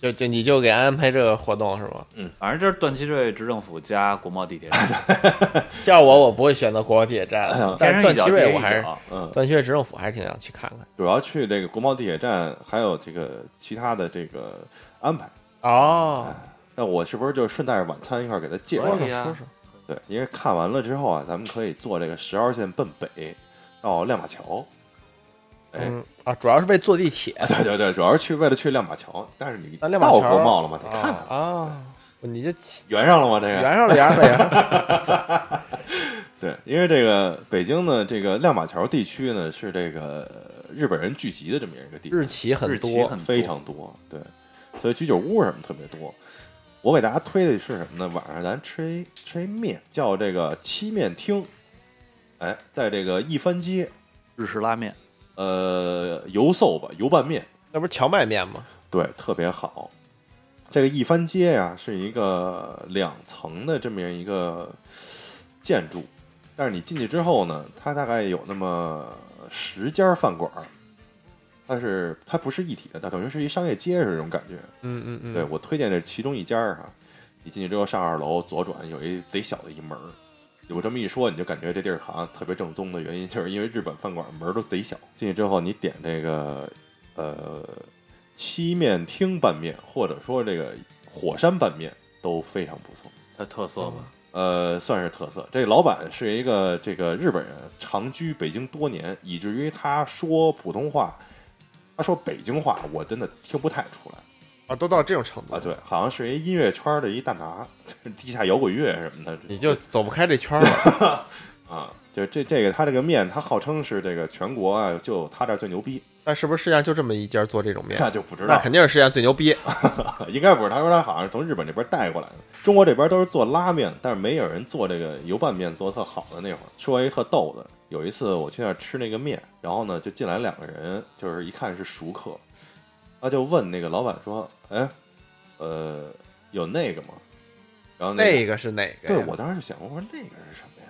就就你就给安排这个活动是吗？
反正就是段祺瑞执政府加国贸地 铁站，
叫我我不会选择国贸地铁站
哎呀，
但
天
是
上一
段
脚
祺
地
瑞
上
我
一
还是
脚。
嗯，
段祺瑞执政府还是挺想去看看。
主要去这个国贸地铁站，还有这个其他的这个安排。
哦，
那我是不是就顺带着晚餐一块儿给他介
可
绍
以
一下？
啊
说说
对，因为看完了之后啊，咱们可以坐这个十号线奔北到亮马桥。哎，
嗯啊，主要是为坐地铁。
对对对，主要是去为了去亮马桥，但是你
哎那亮马桥
到国贸了吗？得
哦
看看
啊，啊你这
圆上了吗？这个
圆上了牙了 呀。
对，因为这个北京呢，这个亮马桥地区呢是这个日本人聚集的这么一个地方，
日期很
日期
多
很，
非常多，对，所以居酒屋什么特别多。我给大家推的是什么呢？晚上咱吃一吃一面，叫这个七面厅，哎，在这个一番街，
日式拉面，
呃，油寿吧，油拌面，
那不是荞麦面吗？
对，特别好。这个一番街呀、是一个两层的这么样一个建筑，但是你进去之后呢，它大概有那么十家饭馆儿，它是它不是一体的，它等于是一商业街是这种感觉。
嗯嗯嗯，
对我推荐这其中一家儿哈，你进去之后上二楼左转有一贼小的一门儿，我这么一说你就感觉这地儿好像特别正宗的原因，就是因为日本饭馆门儿都贼小，进去之后你点这个呃七面厅拌面或者说这个火山拌面都非常不错，
它特色吧，
呃，算是特色。这老板是一个这个日本人，长居北京多年，以至于他说普通话，他说北京话，我真的听不太出来。
啊，都到这种程度
啊，，对，好像是一音乐圈的一大拿， 就是地下摇滚乐什么的。
你就走不开这圈儿了。
啊，就是这这个他这个面，他号称是这个全国啊，就他这儿最牛逼，
但是不是世界上就这么一家做这种面？
那就不知
啊那
道，啊
肯定是世界上最牛逼。
应该不是。他说他好像是从日本那边带过来的，中国这边都是做拉面，但是没有人做这个油拌面做得特好的那会儿。说一特逗的，有一次我去那儿吃那个面，然后呢就进来两个人，就是一看是熟客，他就问那个老板说：“哎，呃，有那个吗？”然后那个
那个是哪个呀？
对，我当时就想，我说那个是什么呀？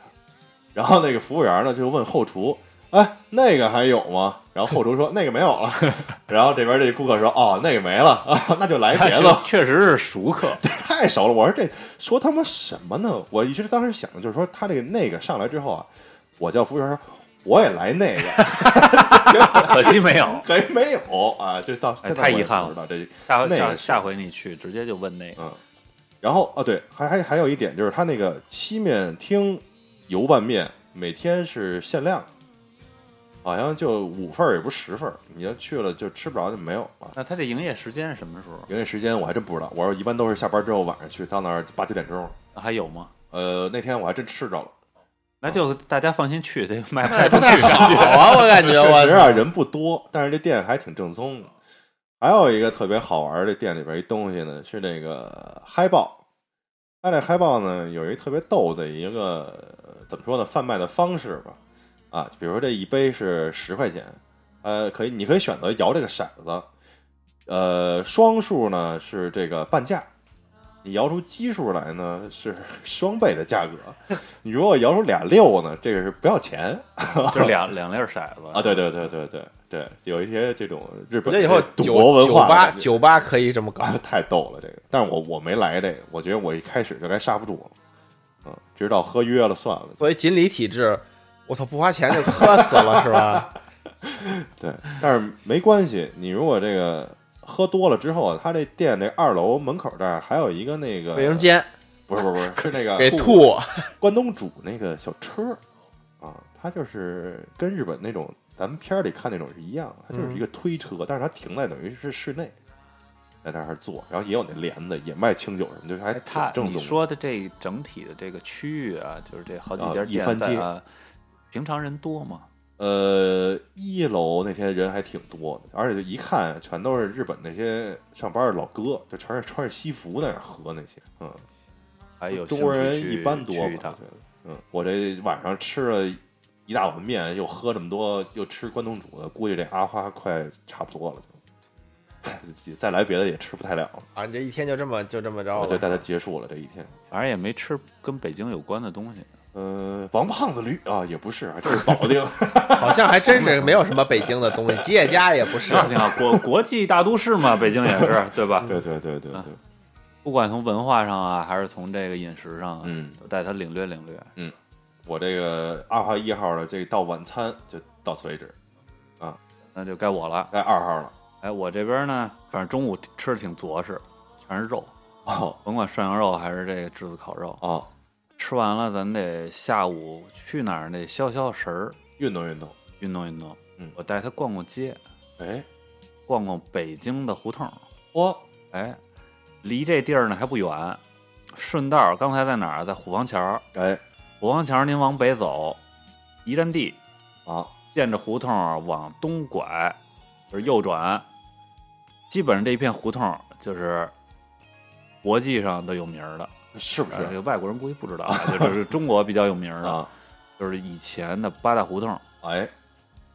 然后那个服务员呢就问后厨，哎，那个还有吗？然后后厨说那个没有了。 然后这边这顾客说，哦，那个没了 啊，那就来别的
它。确实是熟客，
太熟了，我说这说他妈什么呢？我一直当时想的就是说他这个那个上来之后啊，我叫服务员说我也来那个，
可惜没有。
还没有啊，这到
哎
现在我
太
也
遗憾
不知道这
下回
那
下
个是
下回你去直接就问那个，
嗯，然后哦对，还还还有一点就是它那个七面厅油拌面每天是限量，好像就五份儿也不是十份儿，你要去了就吃不着就没有了。
那它这营业时间是什么时候？
营业时间我还真不知道，我说一般都是下班之后晚上去，到那儿八九点钟。
还有吗？
呃，那天我还真吃着了，
那就大家放心去，这个卖不
那也不
卖出
太
去。
好啊， 我感觉我
确实啊人不多，但是这店还挺正宗的。还有一个特别好玩的店里边一东西呢，是那个嗨爆。它这嗨爆呢，有一特别逗的一个呃怎么说呢，贩卖的方式吧。啊，比如说这一杯是十块钱，呃，可以你可以选择摇这个骰子，呃，双数呢是这个半价，你摇出奇数来呢是 双倍的价格。你如果摇出俩六呢，这个是不要钱。
就两两粒骰子
啊，，对对对对对对，有一些这种日
我
本
觉
的
得以后
赌
酒
博文
酒
化的
吧
感觉
酒吧可以这么搞，
啊，太逗了这个。但是我我没来这个，我觉得我一开始就该刹不住了，嗯，直到喝约了算了。
作为锦鲤体质，我操，不花钱就磕死了是吧？
对，但是没关系，你如果这个喝多了之后啊，他这店这二楼门口这儿还有一个那个
卫生，间
不是不是不是，是那个
给吐，
关东煮那个小车啊，它就是跟日本那种咱们片儿里看那种是一样，它就是一个推车，但是它停在等于是室内，在那儿坐，然后也有那帘子，也卖清酒什么，就是还
哎它
挺正
你
宗的。
说的这整体的这个区域啊，就是这好几家
啊一番
店在
街
啊，平常人多吗？
呃，一楼那天人还挺多的，而且就一看全都是日本那些上班的老哥，就全是穿着西服在那儿喝那些，嗯，
还有
中国
兴趣
人
去
一般多吧，
去一
我觉
趟
得。嗯，我这晚上吃了一大碗面，又喝这么多，又吃关东煮的，估计这阿花快差不多了就， 再来别的也吃不太了了，
啊，你这一天就这么就这么着
哦
我就带
了。
他结束了这一天。
反正也没吃跟北京有关的东西。
呃，王胖子驴啊，也不是啊，这是保 定。
好像还真是没有什么北京的东西，吉野家也不是，
啊
那挺好，啊国国际大都市嘛，北京也是，对吧？
对对对对
嗯
对，
不管从文化上啊，还是从这个饮食上啊，
嗯
都带他领略领略。
我这个二号一号的这到晚餐就到此为止，
那就该我了。
该二号了。
哎，我这边呢，反正中午吃的挺着实，全是肉，
哦
甭管涮羊肉还是这个炙子烤肉，
哦，
吃完了，咱得下午去哪儿？得消消食儿，
运动运动。
运动运动。
嗯
我带他逛逛街，
哎，
逛逛北京的胡同。
嚯，
哎，离这地儿呢还不远，顺道儿刚才在哪儿？在虎坊桥儿。
哎，
虎坊桥儿您往北走，一站地
啊，
沿着胡同儿往东拐，就是右转。基本上这一片胡同儿就是国际上都有名儿的，
是不
呃
是
外国人估计不知 道啊，就就是中国比较有名儿的。
啊？
就是以前的八大胡同。
哎，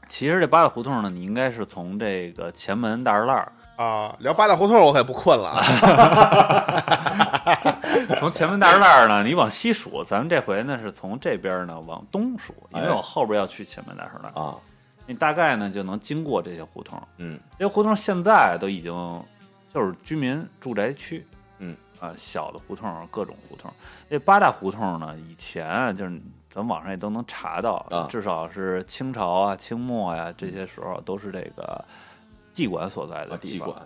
其实这八大胡同呢，你应该是从这个前门大栅栏儿，
啊，聊八大胡同我可不困了啊。
从前门大栅栏儿呢，你往西数。咱们这回呢是从这边呢往东数，因为
哎
我后边要去前门大栅栏，
啊，
你大概呢就能经过这些胡同。
嗯，
这些胡同现在都已经就是居民住宅区，
嗯
啊，小的胡同各种胡同。这八大胡同呢，以前啊就是咱网上也都能查到，
啊
至少是清朝啊、清末呀、这些时候都是这个妓馆所在的
啊
地
妓
方，
馆、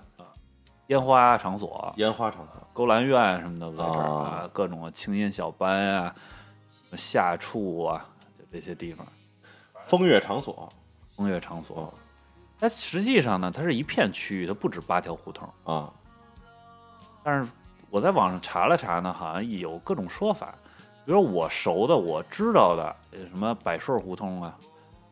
烟花场所、
烟花场所，
勾栏院什么的都在这儿
啊
啊，各种青烟小班啊、什么下处啊，就这些地方
风月场所
风月场所
哦。
它实际上呢，它是一片区域，它不止八条胡同。
啊，
但是我在网上查了查呢，好像有各种说法，比如我熟的、我知道的，呃什么百顺胡同啊，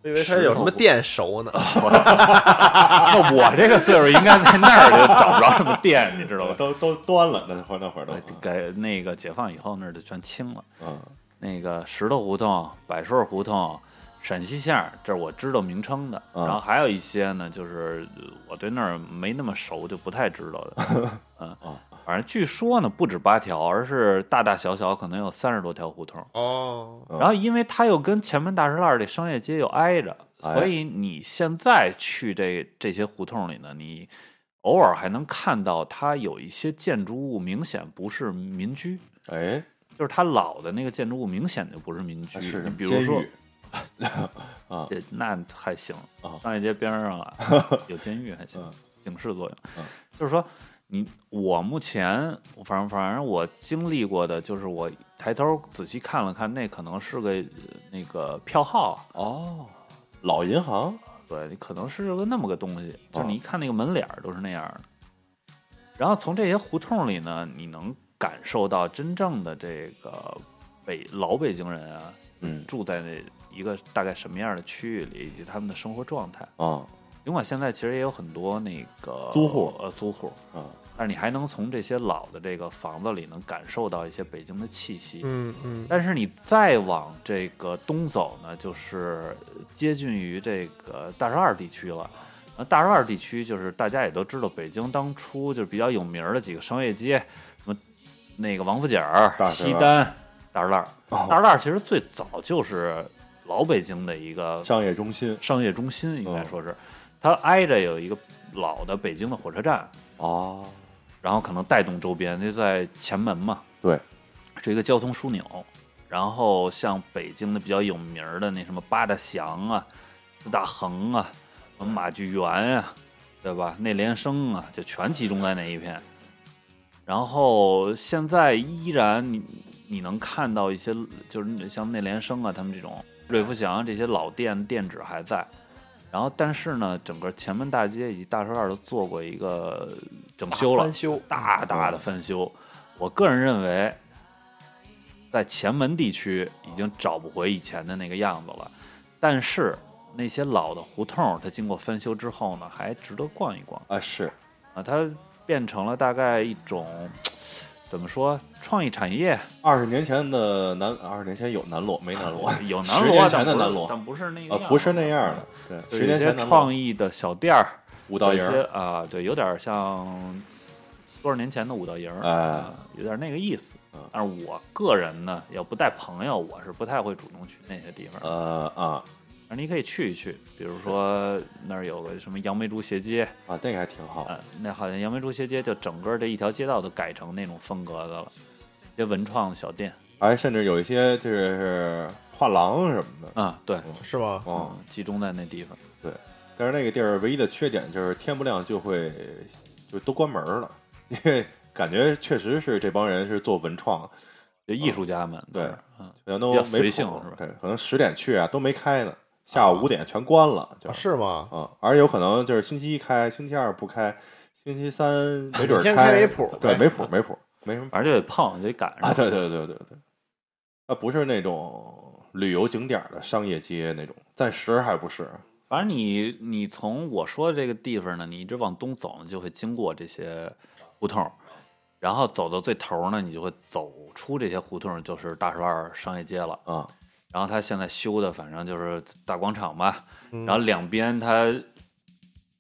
我以为他有什么店熟呢？
啊那我这个岁数应该在那儿就找不着什么店，你知道 吧？
都都端了，那会儿那会儿都
哎，改那个解放以后那儿就全清了，
嗯
那个石头胡同、百顺胡同。陕西巷儿，这是我知道名称的，
啊
然后还有一些呢，就是呃我对那儿没那么熟，就不太知道的。 嗯，反正据说呢，不止八条，而是大大小小可能有三十多条胡同。
哦，
嗯
然后因为它又跟前门大栅栏这商业街又挨着，
哎
所以你现在去这这些胡同里呢，你偶尔还能看到它有一些建筑物明显不是民居，
哎，
就是它老的那个建筑物明显就啊不是民居。
啊是
你比如说
监，狱嗯
这那还行
啊，
商业街边 上啊有监狱还行
嗯，
警示作用
嗯。
就是说，你我目前反正反正我经历过的，就是我抬头仔细看了看，那可能是个呃那个票号。
哦，老银行
对，可能是个那么个东西，就
啊
是你一看那个门脸儿都是那
嗯
样的。然后从这些胡同里呢，你能感受到真正的这个北老北京人啊，
嗯
住在那一个大概什么样的区域里，以及他们的生活状态。
啊
尽管现在其实也有很多那个
租户
呃租户，
啊，
但是你还能从这些老的这个房子里能感受到一些北京的气息。
嗯嗯，
但是你再往这个东走呢，就是接近于这个大栅栏地区了。呃，大栅栏地区就是大家也都知道，北京当初就是比较有名儿的几个商业街，什么那个王府井儿
大、栅
西
栏
单、大栅栏。
哦
大栅栏其实最早就是老北京的一个
商业中心
商业中心，应该
嗯
说是，它挨着有一个老的北京的火车站，
哦，
然后可能带动周边，就在前门嘛，
对，
是一个交通枢纽。然后像北京的比较有名儿的那什么八大祥啊、四大恒啊、什么马聚园啊，对吧？内联升啊，就全集中在那一片。然后现在依然你你能看到一些，就是像内联升啊，他们这种瑞福祥这些老店店址还在。然后，但是呢，整个前门大街以及大栅栏都做过一个整修了
翻，修
大大的翻修。我个人认为，在前门地区已经找不回以前的那个样子了，但是那些老的胡同，它经过翻修之后呢，还值得逛一逛
啊是
啊。它变成了大概一种怎么说创意产业，，
二十年前的南，二十年前有南锣没南锣
有
十
南
年
锣，
前
但
的
不是
南锣
但不是那个
啊
样子，
不是那样的，对，
对。
十年
有一
前
些
南
创
锣
意的小店儿，
五道营
有一些
儿
啊，对，有点像多少年前的五道营儿，
哎
啊有点那个意思
嗯。
但是我个人呢，要不带朋友，我是不太会主动去那些地方。
呃啊
但是你可以去一去，比如说那儿有个什么杨梅竹斜街，
啊那个还挺好
啊，那好像杨梅竹斜街就整个这一条街道都改成那种风格的了，一些文创小店
哎，甚至有一些就是画廊什么的，
啊，对，
是吗？
哦，
嗯，集中在那地方。
对，但是那个地儿唯一的缺点就是天不亮就会就都关门了，因为感觉确实是这帮人是做文创，
就艺术家们，
哦对
都是，嗯，
可能都
比较
没
随性
空
是吧啊
对可能十点去啊都没开呢，下午五点全关了，就
啊是吗？
啊，而有可能就是星期一开，星期二不开，星期三没准
每
儿
天
开
开没谱
对，
呗
没谱没谱，没什 么谱
反正就得碰，就得赶上
啊，。对对对对对，那不是那种旅游景点儿的商业街那种，暂时还不是，
反正你你从我说的这个地方呢，你一直往东走，你就会经过这些胡同，然后走到最头呢，你就会走出这些胡同，就是大石栏商业街了。
啊，
然后它现在修的，反正就是大广场吧。
嗯
然后两边它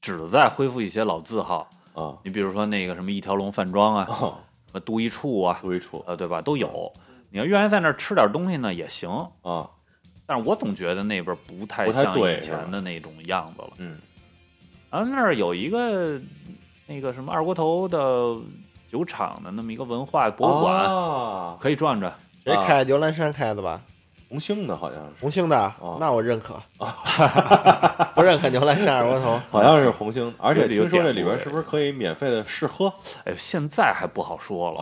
只在恢复一些老字号，
啊，
你比如说那个什么一条龙饭庄啊，什
哦，
么都一处啊，
独一处
呃，对吧？都有。你要愿意在那儿吃点东西呢，也行。
啊，
但是我总觉得那边不太
不太
像
对
以
是吧
前的那种样子了。
嗯，
然啊后那儿有一个那个什么二锅头的酒厂的那么一个文化博物馆，
哦
啊，
可以转转。
谁开？牛栏山开的吧？
红星的好像是，
红星的
哦，
那我认可。 不认可牛栏山二锅头。
好像是红星，而且
有
听说这里边
点
是不是可以免费的试喝
哎，现在还不好说
哦
了，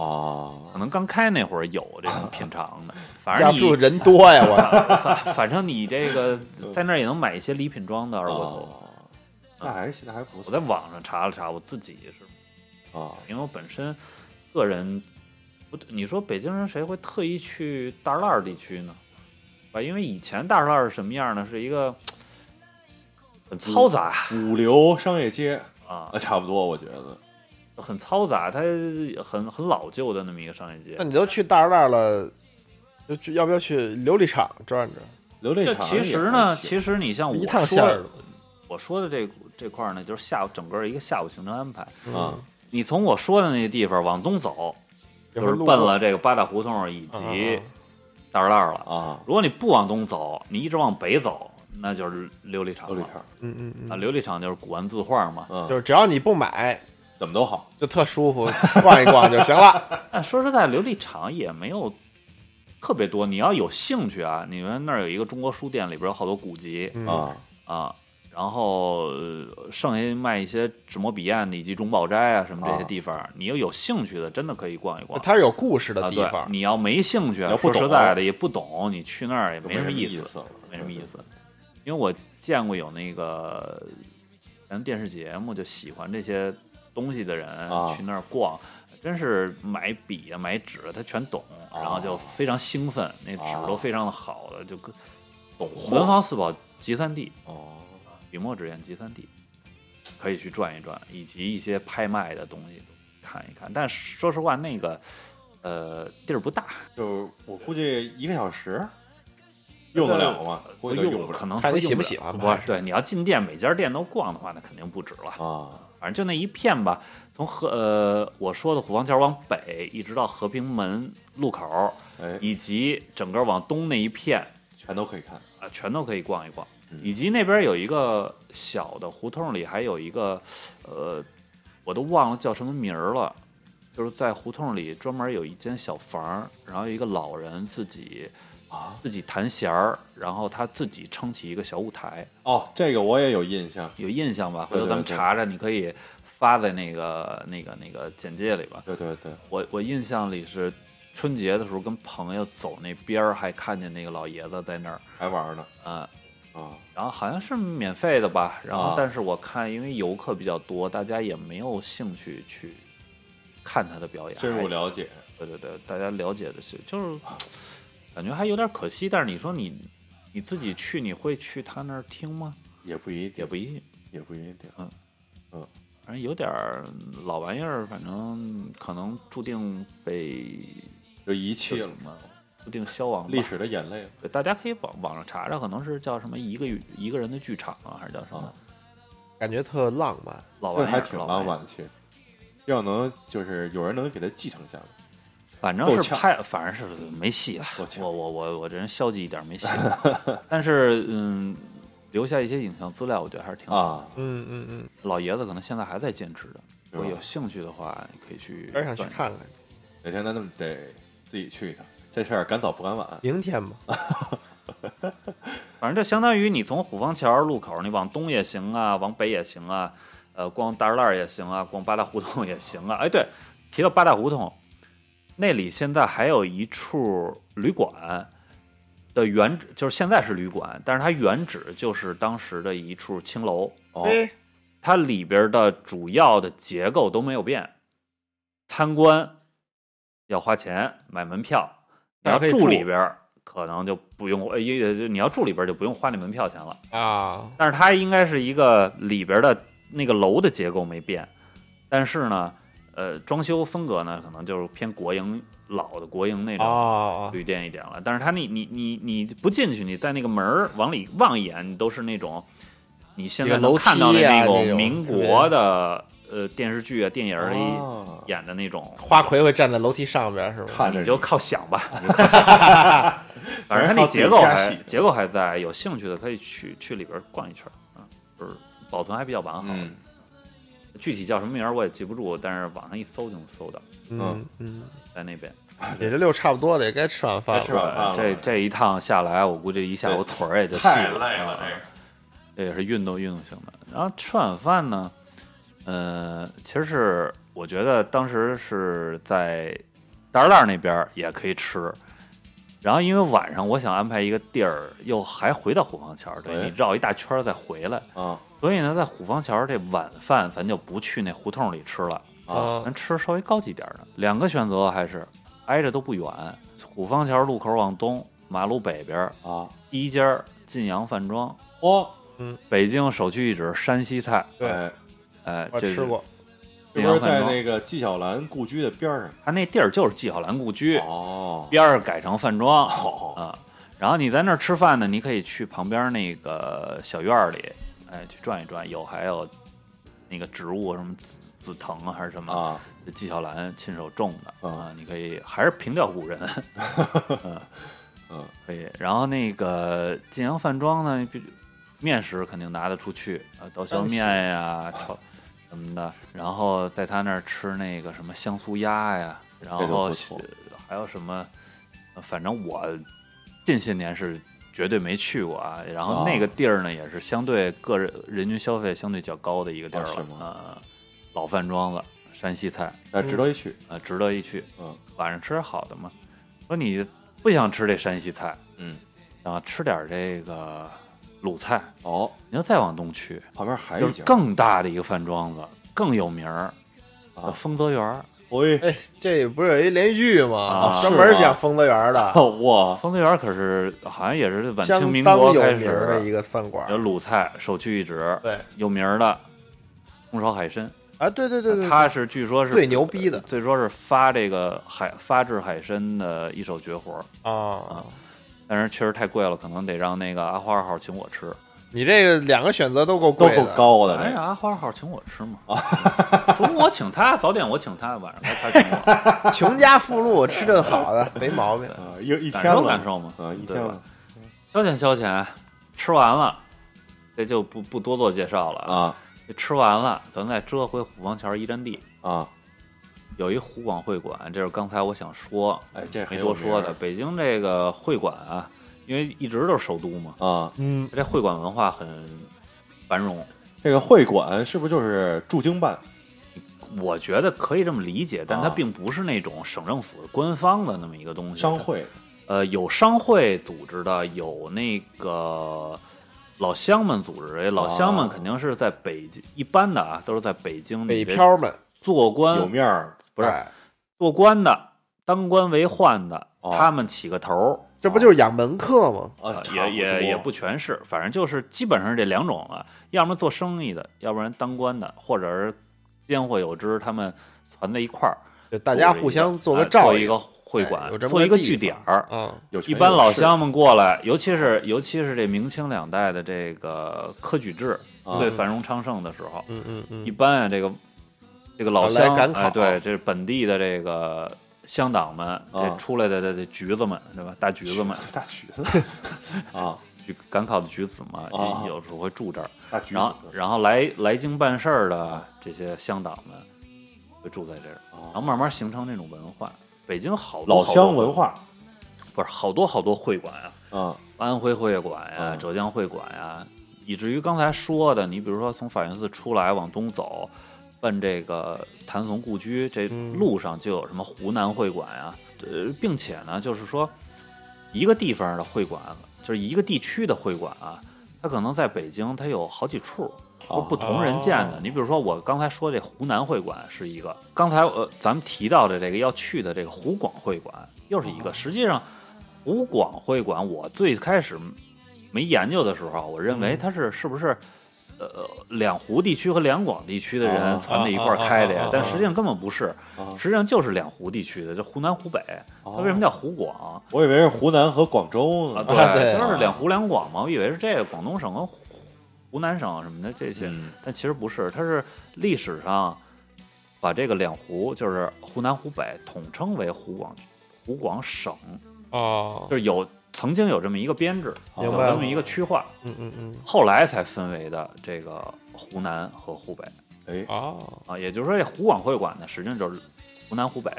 啊？
可能刚开那会儿有 这种品尝的，反
压不
正
住
你
人多呀，我
反反正你这个在那儿也能买一些礼品装的二锅
哦
头。
啊，那还现在还不
我
错
在网上查了查，我自己是
啊，
因为我本身个人不，你说北京人谁会特意去大栅栏地区呢？对吧，因为以前大栅栏是什么样呢？是一个很嘈杂
五流商业街
啊
啊，，差不多我觉得
很嘈杂，它很很老旧的那么一个商业街
那。你都去大栅栏了，就去要不要去琉璃厂转转？
琉璃
这
厂
其
也
实
还
呢，
行
其实你像
一
我
趟线
说
儿
的我说的这这块儿呢，就是下午整个一个下午行程安排。
嗯
啊
你从我说的那个地方往东走，
有
就
时候
是
路
奔
过啊嗯
了这个八大胡同以及大栅栏了。
啊，
如果你不往东走，你一直往北走，那就是琉璃厂
琉
了。
璃厂，
嗯嗯嗯
啊，琉璃厂就是古玩字画嘛。
嗯，
就是只要你不买，
怎么都好
就特舒服， 逛一逛就行了。
但哎说实在，琉璃厂也没有特别多。你要有兴趣啊，你们那儿有一个中国书店，里边有好多古籍
嗯，
啊，
啊。然后呃剩下卖一些纸模笔砚的，以及种宝斋啊什么这些
啊
地方，你要有兴趣的，真的可以逛一逛。
它是有故事
啊，
的地
对，
方。
你要没兴趣
你要，不
说
懂
实在的也不懂，你去那儿也
就
没什么
意
思，
了，
没什么意
对
思。。因为我见过有那个咱电视节目就喜欢这些东西的人、
啊
去那儿逛，真是买笔啊、买纸，他全懂，然后就非常兴奋，那纸
啊
都非常的好的，就跟
懂
文
货
房四宝集散地，
哦，
笔墨纸砚集散地，可以去转一转，以及一些拍卖的东西都看一看。但是说实话，那个呃地儿不大，
就是我估计一个小时用得了吗？估计都用不
可
了
能
看你
会用
喜不
了
喜欢吧
不是，对，你要进店每家店都逛的话，那肯定不止了。
啊
反正就那一片吧，从和呃我说的虎坊桥往北，一直到和平门路口，
哎，
以及整个往东那一片
全都可以看
啊、全都可以逛一逛
嗯。
以及那边有一个小的胡同里，还有一个呃，我都忘了叫什么名儿了。就是在胡同里专门有一间小房儿，然后有一个老人自己
啊。
自己弹弦儿，然后他自己撑起一个小舞台，
哦，这个我也有印象，
有印象吧？
对
回头咱们
对对
查查，你可以发在那个那个那个简介里边。
对对对，
我我印象里是春节的时候跟朋友走那边儿，还看见那个老爷子在那儿，
还玩呢
呃，
啊
然后好像是免费的吧。然
啊
后但是我看因为游客比较多，大家也没有兴趣去看他的表演，
深入
还
了啊解
对对对，大家了解的是，就是感觉还有点可惜。但是你说你你自己去，你会去他那儿听吗？
也不一定，
也不一定，
也不一定
反正有点儿老玩意儿，反正可能注定被
就遗弃
什
了
么，注定消亡吧。
历史的眼泪了
对，大家可以网网上查查，可能是叫什么一个一个人的剧场啊，还是叫什么、
啊
感觉特浪漫。
老
这
玩意儿，
还挺浪
老玩
漫
意儿。
的，其实要能就是有人能给它继承下来，
反
够
正是
呛哎
拍，反正是没戏了
够。呛
我我我我这人消极一点，没戏了。 但是嗯，留下一些影像资料，我觉得还是挺好的。
啊，
嗯嗯嗯，
老爷子可能现在还在坚持着。
是
如果
吧
有兴趣的话，你可以去
边想去
转一转。
看看。
哪天咱们得自己去一趟，这事儿赶早不赶晚
明天吧，
反正就相当于你从虎坊桥路口，你往东也行啊，往北也行啊，呃，逛大栅栏也行啊，逛八大胡同也行啊。哎，对，提到八大胡同，那里现在还有一处旅馆的原址，就是现在是旅馆，但是它原址就是当时的一处青楼，
哦，
哎，
它里边的主要的结构都没有变。参观要花钱买门票，你
但
要
是可以
住
住
里边儿可能就不用，呃，也也你要住里边儿就不用花那门票钱了。
啊，
但是它应该是一个里边的那个楼的结构没变，但是呢，呃，装修风格呢可能就是偏国营老的国营那种
哦，
旅店一点了。但是它你你你你不进去，你在那个门儿往里望一眼，你都是那种你现在
那个楼
能
梯啊
看到的
那
种
种
民
特别
国的呃电视剧啊、电影儿里
哦
演的那种。
花魁会站在楼梯上边是吧？
看着
你
你
就靠想吧，你就靠想。反正它那结构
靠自己加
还
戏
结构还在，有兴趣的可以去去里边逛一圈儿啊，就是保存还比较完好。
嗯
具体叫什么名儿我也记不住，但是网上一搜就能搜到，
嗯嗯，
在那边。
也就六差不多的，也该吃晚饭
该吃晚
了。
饭了
这这一趟下来，我估计一下午腿儿也就细
太累了
啊
这个
这也是运动运动型的。然后吃晚饭呢，呃，其实是我觉得当时是在大栅栏那边儿也可以吃。然后因为晚上我想安排一个地儿，又还回到虎坊桥，对
哎
你绕一大圈儿再回来，
啊
所以呢，在虎坊桥这晚饭咱就不去那胡同里吃了。
啊
啊
咱吃稍微高级点儿的。两个选择还是挨着都不远，虎坊桥路口往东，马路北边儿
啊！
第一家儿晋阳饭庄，
哦，
北京首屈一指山西菜。
对
哎
哎，
我
这
吃过，
这不
晋阳
是
饭
在
庄，
那个纪晓岚故居的边儿上？
它那地儿就是纪晓岚故居，
哦，
边儿改成饭庄
哦，
啊。然后你在那儿吃饭呢，你可以去旁边那个小院儿里，哎，去转一转，有还有那个植物什么紫紫藤啊，还是什么
啊，
这纪晓岚亲手种的
嗯
啊，你可以还是凭吊 古人，嗯
嗯，
可以。然后那个晋阳饭庄呢，比面食肯定拿得出去啊，刀削面呀、炒什么的。然后在他那儿吃那个什么香酥鸭呀，然
这
后
个不错
还有什么，呃反正我近些年是。绝对没去过啊，然
啊
后那个地儿呢，也是相对个人人均消费相对较高的一个地儿
啊是
了
吗
啊、老饭庄子，山西菜，
那值得一去。
啊，值得一去。
嗯，
晚上吃点好的嘛。说你不想吃这山西菜，
嗯，
想吃点这个鲁菜，
哦，
你要再往东去，
旁边还有
就
一
是
家，
更大的一个饭庄子，更有名儿，
啊
叫丰泽园儿。
喂，
哎，这不是有一连续剧吗
啊？
专门
是吗
讲丰泽园的，
哇，
丰泽园儿可是好像也是晚清
相
民
当
国
有
开
名儿的一
始，
个饭馆
有。鲁菜首屈一指，
对
有名儿的红烧海参。
啊，对对对对，
他是据说是
最牛逼的
最说是发这个海发制海参的一手绝活儿，
啊，
但是确实太贵了，可能得让那个阿花二号请我吃。
你这个两个选择都够
都
贵的
够高的
哎呀，
这
阿花号请我吃嘛，
啊
中午我请他，早点我请他，晚上他请我，
穷家富路吃顿好的没毛 病。
个，啊，一 一
感
天
受
了
感受嘛，
啊，一
对
天
吧
了
消遣消遣，吃完了，这就不不多做介绍了。
啊
这吃完了，咱再折回虎坊桥一站地，
啊，
有一湖广会馆，这是刚才我想说
哎，这很
没
有
多说的。
名
北京这个会馆啊，因为一直都是首都嘛，
儿啊。
嗯，
这会馆文化很繁荣，
这个会馆是不是就是驻京办
我觉得可以这么理解，但它
啊
并不是那种省政府官方的那么一个东西，
商
它
会
呃，有商会组织的，有那个老乡们组织的。哎老乡们
哦
肯定是在北京，一般的啊，都是在北京
北
你这
漂们
做
有
官，
面儿
不是
哎
做官的，当官为宦的，
哦
他们起个头儿。
这不就是养门客吗？
啊
啊，
差
也也也不全是，反正就是基本上是这两种啊，要么做生意的，要不然当官的，或者是监会有之，他们攒在一块儿，
就大家
组织一
互相做个
啊
照
做
应
一个会
哎
馆
有，这么
做一
个
个
地
据
方
点儿，
啊，
有权
一般
有
老
势
乡们过来，尤其是尤其是这明清两代的这个科举制
啊
最繁荣昌盛的时候，
嗯嗯
一
嗯，
般啊这个这个老
来
乡
赶考
哎，对，这是本地的这个乡党们，这
啊
出来的这这橘子们对吧？大橘子们，
大橘 子啊，
去赶考的举子嘛，
啊
有时候会住这儿，
大橘
然后
子
然后来来京办事儿的这些乡党们会住在这儿，然后
啊，
慢慢形成这种文化。北京好多
老
好多
乡文化
不是好多好多会馆啊，
啊
安徽会馆呀、
嗯
浙江会馆呀，以至于刚才说的，你比如说从法源寺出来往东走，奔这个谭松故居，这路上就有什么湖南会馆啊，呃，并且呢，就是说一个地方的会馆，就是一个地区的会馆啊，它可能在北京它有好几处。都
哦
不同人建的。你比如说，我刚才说这湖南会馆是一个，刚才呃咱们提到的这个要去的这个湖广会馆又是一
哦
个。实际上，湖广会馆我最开始没研究的时候，我认
嗯
为它是是不是呃两湖地区和两广地区的人
哦
攒在一块儿开的
哦哦哦
呀
哦？
但实际上根本不是
哦，
实际上就是两湖地区的，这湖南湖北。它为什么叫湖广？
我以为是湖南和广州 呢。
啊，
啊对
就是两湖两广嘛，我以为是这个广东省和湖湖南省什么的这些，
嗯
但其实不是，它是历史上把这个两湖，就是湖南、湖北统称为湖广湖广省，
哦，
就是有曾经有这么一个编制，
哦
有
明白了
这么一个区划，
嗯嗯嗯，
后来才分为的这个湖南和湖北
哎，
哦，
啊，也就是说这湖广会馆呢，实际上就是湖南、湖北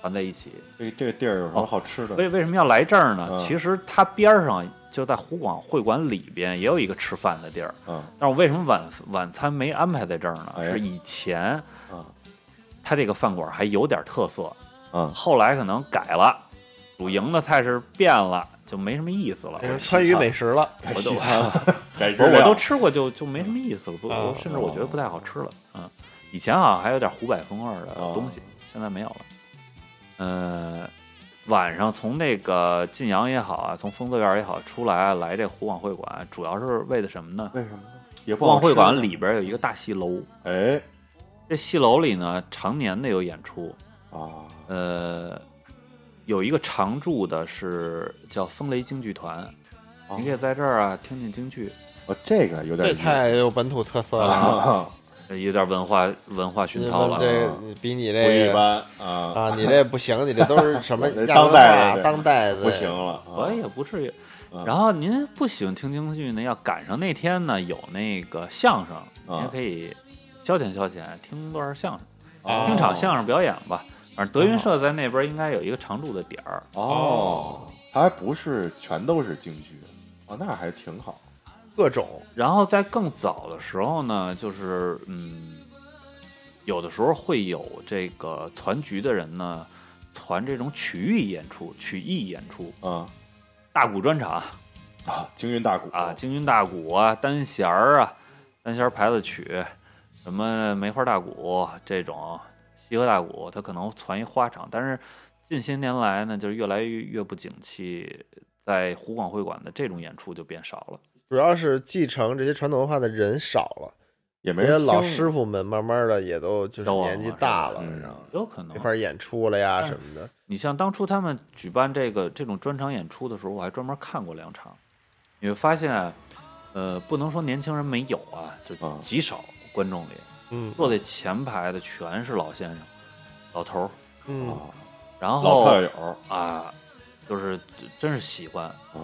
团在一起。
这这个地儿有什么好吃的？
为为什么要来这儿呢
嗯？
其实它边儿上就在湖广会馆里边也有一个吃饭的地儿，
嗯
但是我为什么晚晚餐没安排在这儿呢？
哎
是以前。
嗯
它这个饭馆还有点特色，
嗯，
后来可能改了，主营的菜式变了，就没什么意思了。
变成
我
川渝美食了，
改西餐了，改日
我我
料
都吃过就，就没什么意思了，不，
啊
我甚至我觉得不太好吃了。嗯，以前好像还有点湖北风味儿的
啊
东西，现在没有了。呃，晚上从那个晋阳也好啊，从丰泽园也好出来，来这湖广会馆，主要是为的什么呢？
为什么呢？也不
湖
好
广
吃
会馆里边有一个大戏楼，
哎
这戏楼里呢常年的有演出，
啊
呃，有一个常驻的是叫风雷京剧团，
哦
你可以在这儿啊听听京剧，
哦，这个有点
这
意思
太有本土特色了，
啊，
呃有点文化文化
你
熏陶
们
了。啊
这比你
不一
这个
般啊，
啊，你这不行，你这都是 什么
我这
亚
当
文
代
化
的
当代的
不行，了啊，
哎
我也不至于
嗯。
然后您不喜欢听京剧呢，要赶上那天呢有那个相声，
啊
您可以消遣消遣，听段相声，
哦
听场相声表演吧。反正德云社在那边应该有一个常驻的点儿，
哦，它还不是全都是京剧哦，那还挺好
各种
然后在更早的时候呢，就是嗯，有的时候会有这个团局的人呢，传这种曲艺演出、曲艺演出、
啊
大鼓专场
啊，京韵大鼓
啊，京韵大鼓啊、单弦儿啊、单弦儿牌子曲，什么梅花大鼓这种、西河大鼓，它可能传一花场，但是近些年来呢，就是越来越越不景气，在湖广会馆的这种演出就变少了。
主要是继承这些传统文化的人少了，
也没
人家
人
老
听
师傅们慢慢的也都就是
都忘
年纪
了
大
是
了，
吧
然
嗯
后
有可能
没法演出了呀
但是
什么的，
你像当初他们举办这个这种专场演出的时候，我还专门看过两场，你会发现，呃，不能说年轻人没有啊，就
啊
极少观众里
嗯
坐在前排的全是老先生、老头儿，
嗯
啊，
然
老
后
票
哦
友
啊，就是真是喜欢，
啊，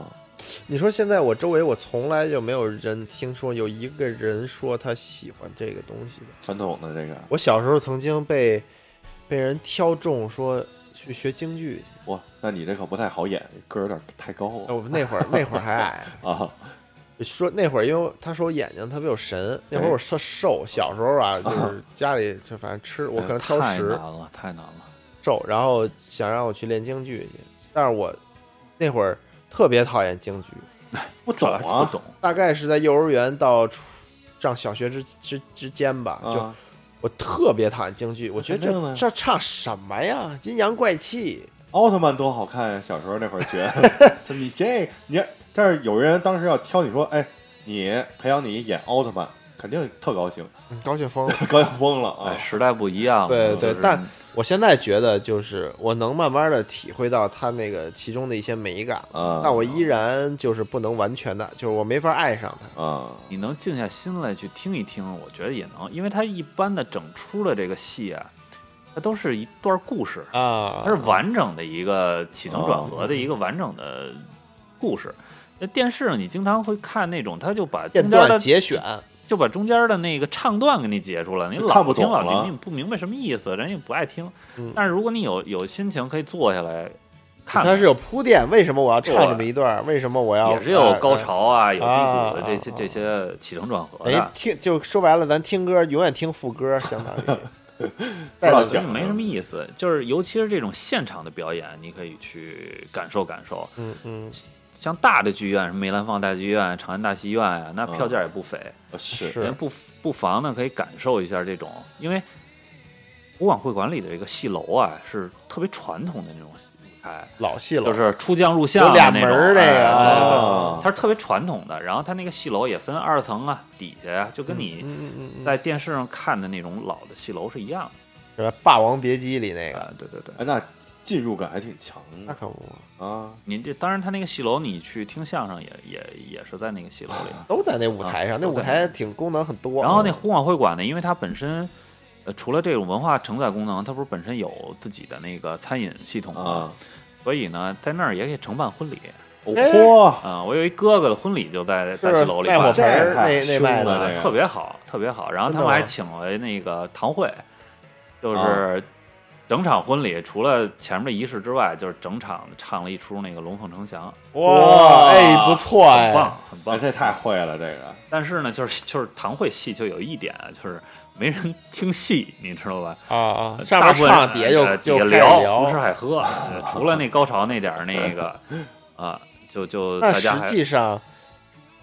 你说现在我周围我从来就没有人听说有一个人说他喜欢这个东西的。
传统的这个
我小时候曾经被被人挑中说去学京剧去，
哇，那你这可不太好演，个儿有点太高
哎我那会儿那会儿还矮，
啊
说那会儿因为他说我眼睛特别有神，那会儿我特瘦，小时候啊就是家里就反正吃我可能挑
哎太
食
难了，太难了，
瘦，然后想让我去练京剧去，但是我那会儿特别讨厌京剧，
不懂
不
啊
懂
大概是在幼儿园到初上小学之之之间吧，就
啊，
我特别讨厌京剧，我觉得
肯定的
这这唱什么呀，阴阳怪气。
奥特曼多好看呀！小时候那会儿觉得，你这你但是有人当时要挑你说，哎，你培养你演奥特曼，肯定特高兴，
嗯高兴疯了！
高兴疯了啊
哎，！时代不一样了，
对对
就是
但我现在觉得，就是我能慢慢的体会到它那个其中的一些美感了，
啊，
但我依然就是不能完全的，就是我没法爱上它。
啊，
你能静下心来去听一听，我觉得也能，因为它一般的整出的这个戏啊，它都是一段故事，
啊
它是完整的一个起承转
啊
合的一个完整的故事。那电视上你经常会看那种，他就把
片
中间
段
的
节选，
就把中间的那个唱段给你截出来，你
就
老
看不
听
懂
老
了
听，你不明白什么意思，人也不爱听
嗯。
但是如果你有有心情，可以坐下来
它
看看
是有铺垫，为什么我要唱
对
这么一段儿？为什么我要呃
也是有高？潮啊，有低
哎啊
谷的这些
啊
这些起承转合啊
哎，哎
的，
听就说白了，咱听歌永远听副歌，相当 于
不知道
就是
讲
没什么意思。就是尤其是这种现场的表演，你可以去感受感受。
嗯嗯
像大的剧院，什么梅兰芳大剧院、长安大戏院呀、那票价也不菲，
呃是
是
人不不妨呢可以感受一下这种，因为古往会馆里的这个戏楼啊是特别传统的那种舞台，
老戏了，
就是出将入相
有
啊
俩
那
门
种
儿这个
哎对对对
啊，
它是特别传统的。然后它那个戏楼也分二层啊、底下呀、就跟你
嗯嗯嗯嗯，
在电视上看的那种老的戏楼是一样
什么《霸王别姬》里那
的。
个，
啊，对对对。
哎，那进入感还挺强
那
嗯
的
可不嘛，
啊。
你这当然，他那个戏楼，你去听相声也也也是在那个戏楼 里。
都在那舞台上，
啊
那
都
舞
在
台挺功能很多。啊
然后那湖广会馆呢，因为它本身，呃，除了这种文化承载功能，它不是本身有自己的那个餐饮系统吗
啊？，
所以呢，在那儿也可以承办婚礼。
哦
哎
嚯，
啊，我有一哥哥的婚礼就在
就
大戏
是
楼里
卖火
办
盆
的，
儿
这太
那那
凶
卖
了
的，
这
啊
个
特别好，特别好。然后
真
他
的
们还
吗
请了那个堂会，就
啊
是整场婚礼除了前面的仪式之外，就是整场唱了一出那个《龙凤呈祥
哇，
哇
哎，不错》，
很
哎，
棒，很
哎
棒。
这太会了，这个
但是呢，就是就是堂会戏就有一点啊，就是没人 听戏，你知道吧？
啊啊，上
呃大
面
部分
唱，底下
呃
就
底
就开
下
始
聊，胡吃
聊。
海喝， 呃除了那高潮那点儿那个啊，就就
那
大
实
家还
际上，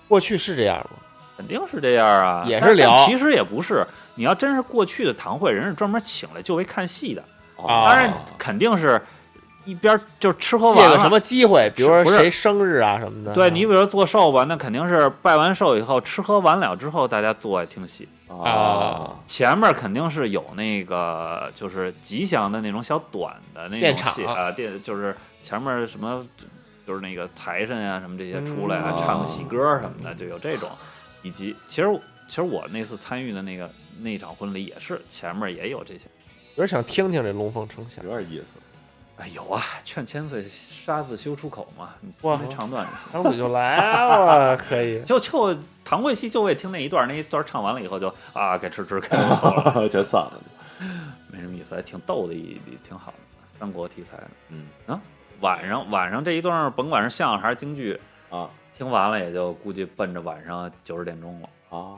过去是这样吗？
肯定是这样啊，
也
但
是聊
但其实也不是，你要真是过去的堂会，人是专门请来就为看戏的，
哦
啊
当然肯定是一边就是吃喝
借
玩
个
乐
什。么机会，比如说
不是
谁生日啊什么的。
对你比如说做寿吧，那肯定是拜完寿以后，吃喝完了之后，大家坐下听戏。
啊
前面肯定是有那个就是吉祥的那种小短的那
电
种
场
戏啊，电就是前面什么就是那个财神啊什么这些
嗯
出来
啊
啊，唱个喜歌什么的，就有这种。以及其实其实我那次参与的那个那场婚礼也是前面也有这些。
有点想听听这龙凤呈祥
有。点意思。
哎，有啊，劝千岁杀字休出口嘛，你
哇
没唱段就行。
张嘴就来 了，可以。
就就堂会戏就为听那一段，那一段唱完了以后就啊该吃吃该喝喝了，
全散了。
没什么意思，还挺逗的一一挺好的三国题材的。
嗯
啊晚上晚上这一段儿，甭管是相声还是京剧，
啊
听完了也就估计奔着晚上九十点钟了。
啊，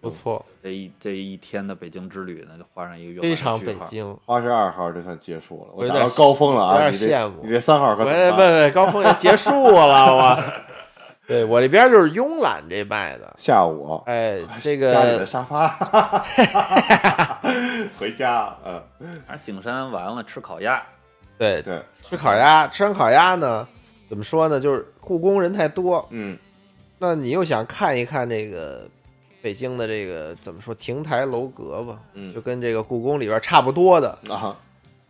不错，
这一这一天的北京之旅呢，就画上一个圆
非
满的
常
句
北
号。
京。
八十二号就算结束了，
我
我
有
达
点
到高峰了
有
啊！
点
你
羡
这
慕
你这三号可
喂
怎么
喂
办？
喂，高峰也结束 了，我。对我这边就是慵懒这卖的，
下午
哎，这
啊家里的
个
沙 发，回家，嗯，
反正景山完了吃烤鸭，
对
对，
吃烤鸭，吃完烤鸭呢，怎么说呢？就是故宫人太多，
嗯
那你又想看一看这个北京的这个怎么说亭台楼阁吧，
嗯
就跟这个故宫里边差不多的，
啊，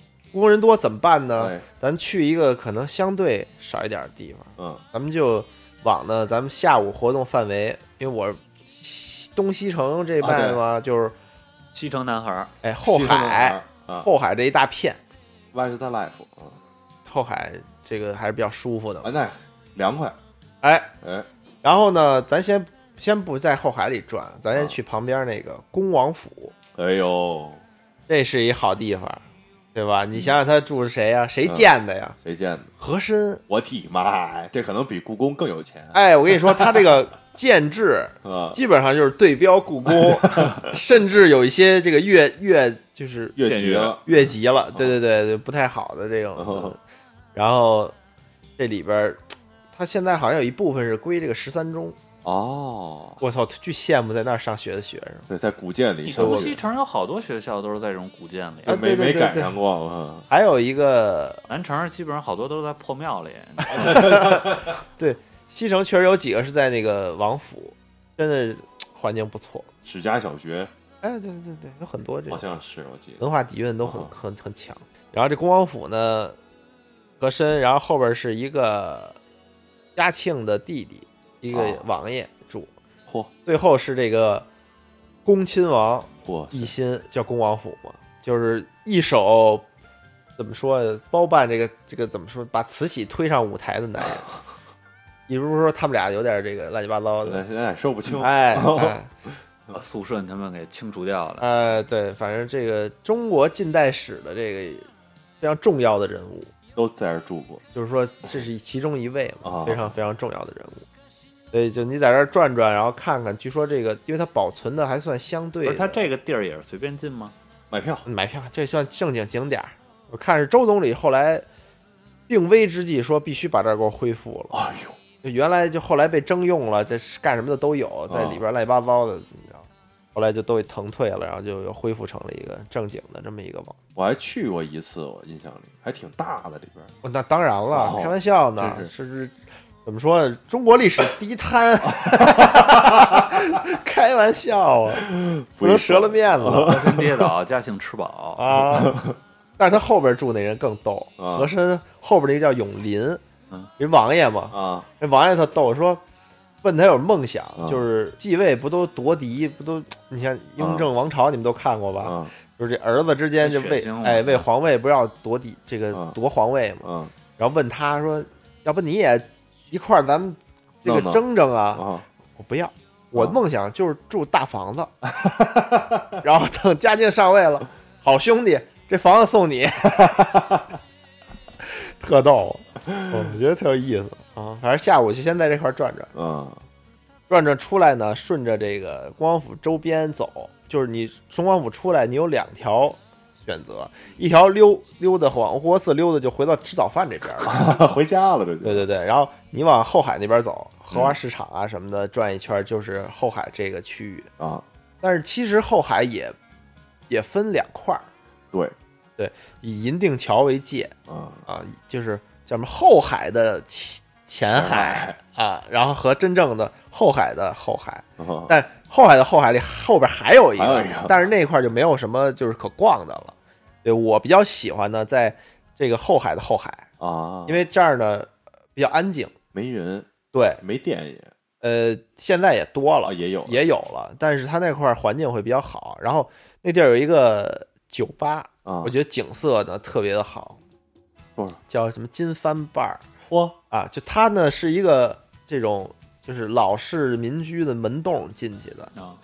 哎
故宫人多怎么办呢？
对，
咱去一个可能相对少一点的地方，
嗯
咱们就往呢咱们下午活动范围，因为我西东西城这半嘛，就是
西城男孩儿
哎后
啊西城男
海
孩啊
后海这一大片，
，West Life 啊
后海这个还是比较舒服的
啊，，那凉快，
哎。
哎，
然后呢，咱先先不在后海里转，咱先
啊
去旁边那个恭王府，
哎呦，
这是一好地方，对吧？
嗯
你想想他住的谁呀、谁建的呀？
谁建的？
和珅。
我的妈呀，这可能比故宫更有钱，
哎，我跟你说，他这个建制
啊，
基本上就是对标故宫， 甚至有一些这个越越就是
越级了，
越级了，对对对，对不太好的这种
啊哦。
然后这里边儿，他现在好像有一部分是归这个十三中，
哦，
我操，巨羡慕在那儿上学的学生。
对，在古建里
你
上
东西
学，
城有好多学校都是在这种古建里，
啊
没
对对
没
对
赶
对
上过，嗯
还有一个
南城基本上好多都是在破庙 里。
西城确实有几个是在那个王府，真的环境不错。
史家小学
哎，对对对，有很多这
好
种
像是我记得，
文化底蕴都很
哦
很很强。然后这恭王府呢，和珅，然后后边是一个嘉庆的弟弟，一个
哦
王爷住，
嚯
最后是这个恭亲王
嚯，
奕欣，叫恭王府嘛，就是一手怎么说呀包办这个这个怎么说，把慈禧推上舞台的男人。你不是说他们俩有点这个乱七八糟的？
那现在说不清，
哎，哎，
把啊肃顺他们给清除掉了，
呃，对，反正这个中国近代史的这个非常重要的人物，
都在这儿住过
就是说这是其中一位嘛，
啊
非常非常重要的人物。所以就你在这儿转转，然后看看，据说这个，因为它保存的还算相
不
对
是
的，
他这个地儿也是随便 进吗？
买票，
买票，这算正经景点儿。我看是周总理后来病危之际说必须把这儿给我恢复了，
哎呦，
就原来就后来被征用了，这是干什么的都有，在里边乱七八糟的，你知道吗。后来就都给腾退了，然后就又恢复成了一个正经的这么一个网。
我还去过一次，我印象里还挺大的里边儿。
哦那当然了，
哦
开玩笑呢，
真
是是怎么说呢？中国历史第一摊， 开玩笑啊，不能折了面子
跟跌倒，家幸吃饱。
啊！ 但是他后边住那人更逗，
啊
和珅后边那个叫永林
嗯，
人王爷嘛，
啊，
那王爷他逗说，问他有梦想，
啊
就是继位不都夺嫡，不都你看雍正王朝你们都看过吧？
啊，
就是这儿子之间就为
血腥嘛
哎为皇位不要夺嫡，这个
啊
夺皇位嘛。
啊，
然后问他说：“要不你也一块儿咱们这个
弄弄
争争啊？”
啊，
我不要，我的梦想就是住大房子，然后等嘉靖上位了，好兄弟，这房子送你，特逗，嗯我觉得特有意思啊。反正下午就先在这块儿转转，
啊，
转转出来呢，顺着这个恭王府周边走，就是你从光府出来，你有两条选择，一条溜溜达往霍寺溜达，就回到吃早饭这边了。
回家了这就。
对对对，然后你往后海那边走，荷花市场啊什么的转一圈，就是后海这个区域。
啊，
但是其实后海也也分两块儿，
对
以银锭桥为界
啊，
啊，就是叫什么后海的前前海
海
啊，然后和真正的后海的后海，
啊
但后海的后海里后边还有一
还
个
有一个，
但是那块儿就没有什么就是可逛的了。对我比较喜欢呢，在这个后海的后海，
啊，
因为这儿呢呃比较安静。
没人
对，
没电也
呃，现在也多了，
啊也有
也有了，但是它那块儿环境会比较好。然后那地儿有一个酒吧，
啊，
我觉得景色呢特别的好，
多少
叫什么金帆伴儿
嚯
啊，就它呢是一个这种就是老式民居的门洞进去的，
啊，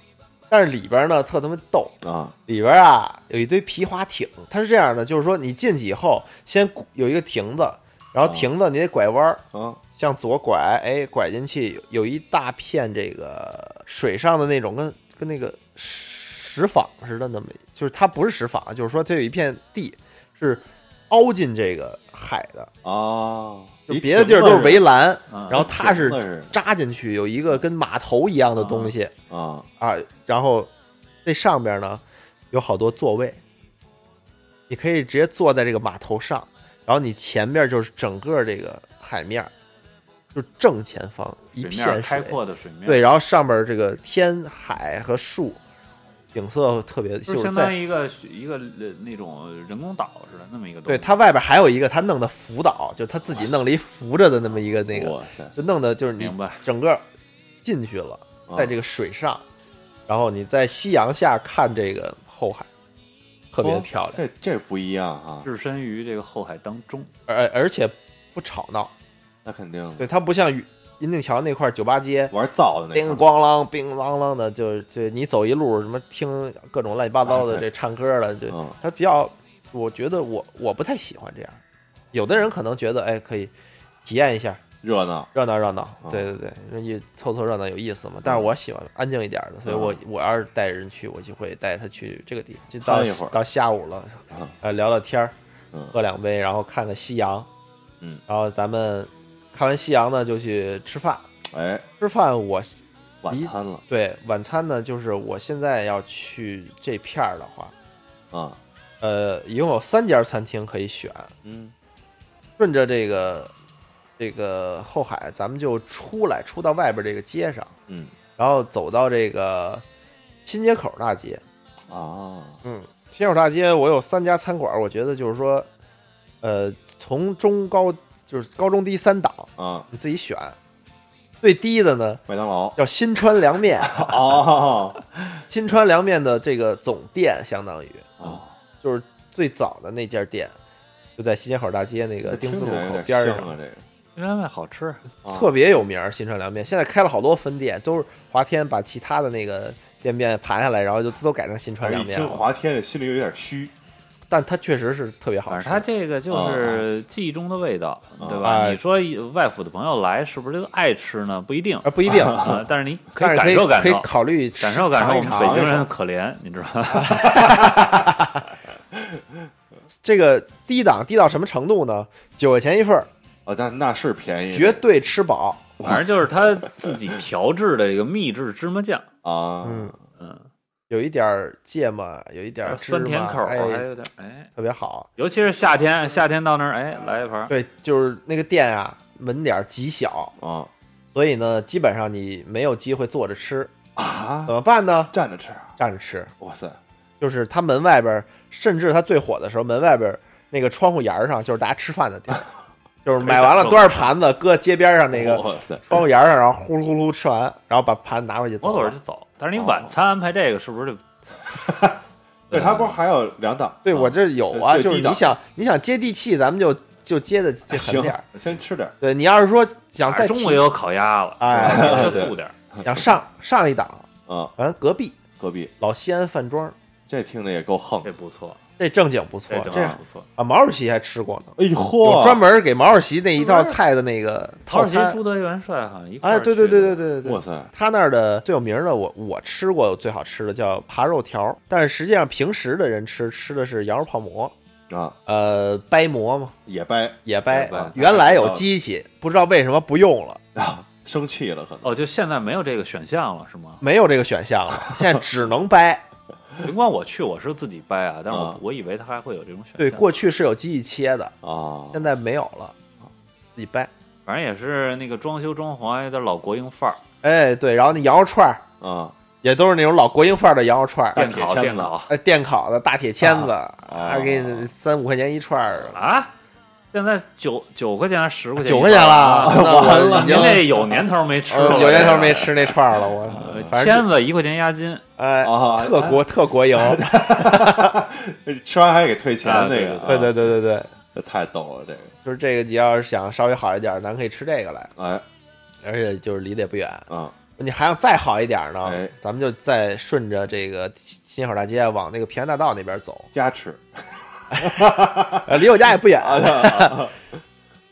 但是里边呢特他妈逗，
啊
里边啊有一堆皮划艇，它是这样的，就是说你进去以后，先有一个亭子，然后
啊
亭子你得拐弯儿，
啊
向左拐，哎，拐进去有一大片这个水上的那种跟跟那个石坊似的，那么就是它不是石坊，啊就是说它有一片地是凹进这个海的，
啊，
就别的地儿都是围栏，
嗯
然后它是
挺愣
扎进去有一个跟码头一样的东西
啊
啊，然后这上边呢有好多座位，你可以直接坐在这个码头上，然后你前面就是整个这个海面儿。就正前方一
水
片水
面开阔的水面，
对，，然后上边这个天海和树，景色特别，就
就
是是
相当
在
于一个一个呃那种人工岛似的那么一个东
对
西。
它外边还有一个他弄的浮岛，就是他自己弄了一浮着的那么一个那个，
哇塞，
就弄的就是你
明白
整个进去了，在这
个
个水上，然后你在夕阳下看这个后海，特
哦
别漂亮，
这这不一样啊，
置身于这个后海当中，
而而且不吵闹，
那肯定
对，它不像银锭桥那块儿酒吧街，
玩造的那
叮
个
咣啷、叮啷啷的，就是这你走一路什么听各种乱七八糟的
啊
这
对
唱歌的，这
嗯
他比较，我觉得我我不太喜欢这样。有的人可能觉得哎可以体验一下
热闹
热闹热闹，
啊
对对对，人家凑凑热闹有意思嘛。
嗯
但是我喜欢安静一点的，所以我我要是带人去，我就会带他去这个地方，就到
看一会儿
到下午了
啊，
呃聊聊天儿，
嗯
喝两杯，然后看看夕阳，
嗯，
然后咱们看完夕阳呢就去吃饭，
哎
吃饭我
晚餐了
对，晚餐呢，就是我现在要去这片儿的话，
啊
呃，一共有三家餐厅可以选。
嗯
顺着这个这个后海，咱们就出来，出到外边这个街上，
嗯
然后走到这个新街口大街。
啊
嗯，新街口大街我有三家餐馆，我觉得就是说，呃，从中高就是高中低三档，
啊
你自己选。最低的呢
麦当 劳
叫新川凉 面，
哦
新川凉面的这个总店相当于，
啊，
就是最早的那家店，就在西街口大街那个
这
丁
听
字
起
路
来有
口
点
边儿
像
上，
啊这个
新川味好吃，
啊
特别有名儿。新川凉面现在开了好多分店，都是华天把其他的那个店面盘下来，然后就都改成新川
但是
凉
一
面
听
了。
华天，心里有点虚
但它确实是特别好
反
吃。
正它这个
嗯
就是记忆中的味道，对吧？
啊
你说外府的朋友来是不是就爱吃呢？不一定
啊，不一定，
啊，但是你可
但
以
是
感受 感
可以可
受
以，考虑吃
感受感受我们
尝一
北
尝
京人的可怜，你知道吗？
这个低档低到什么程度呢？九块钱一份儿，
啊，但那是便宜，
绝对吃饱。
反正就是他自己调制的一个秘制芝麻酱，
啊，
嗯，
嗯，
有一点儿芥末，有一点儿芝麻
酸甜口，还
哎，
有点哎，
特别好。
尤其是夏天，夏天到那儿哎，来一盘儿，
对，就是那个店啊，门脸儿极小，
啊
所以呢，基本上你没有机会坐着吃，
啊
怎，么办呢？
站着吃啊，
站着吃，
哇塞，
就是它门外边儿，甚至它最火的时候，门外边儿那个窗户沿儿上就是大家吃饭的 地儿，就是买完了端着盘子搁街边上那个
哦
哇塞，
窗户沿儿上，然后呼噜呼噜吃完，然后把盘子拿回去
我
走
走着
了
就。走。但
哦
是你晚餐安排这个是不是就？
嗯
对，它不是还有两档？
对我这有啊，
最
就是
低
你
档
想你想接地气，咱们就就接的这狠
行
点儿。，
先吃点儿。
对你要是说想
反
再
正啊中午也
提
有烤鸭了，
哎
是吧
对
吃
对
素点儿。
想上上一档，
啊，
咱隔壁
隔壁
老西安饭庄
这听着也够横
这。不错，
这正经不错
这，正
哦这
好不错。
啊毛主席还吃过呢。
哎呦
有
嚯，
专门给毛主席那一道
专门
菜的那个
陶
套
尔奇
餐，
朱德元帅好像一块
哎，
儿
对对
去
对
的
对对对
哇
对，
塞
他那儿的最有名的我，我吃过最好吃的叫扒肉条儿，但是实际上平时的人吃吃的是羊肉泡馍，
啊，
呃，掰馍嘛，
也掰
也掰啊
也掰。
原来有机器，不知道为什么不用了，
啊，生气了可能。
哦，就现在没有这个选项了，是吗？
没有这个选项了， 现在只能掰。
尽管我去，我是自己掰啊，但是我、
啊
我以为它还会有这种选项。
对，过去是有机器切的，
啊，
现在没有了，自己掰。
反正也是那个装修装潢有点老国营范儿，
哎，对，然后那羊肉串儿
啊，
也都是那种老国营范儿的羊肉串儿，
大
电
铁
烤
签
电
子
烤
呃，电烤的大铁签子，
啊
啊，给你三五块钱一串儿，
啊，现在九九块钱十块钱一
九块
份儿
钱
啊
了， 那我
完了
已
您
经
这有年头没吃
呃
了，
有年头没吃那串儿了，
呃。
我反正
签子一块钱押金，
哎
啊，哎
特国特国营，
吃完还给退钱
啊
那
对
个，
对对对对对，
对，太逗了这个，
就是这个你要是想稍微好一点，咱可以吃这个来，
哎
而且就是离得也不远。
啊
你还想再好一点呢
哎，
咱们就再顺着这个新好大街往那个平安大道那边 走，
加 吃
呃，离我家也不远。
啊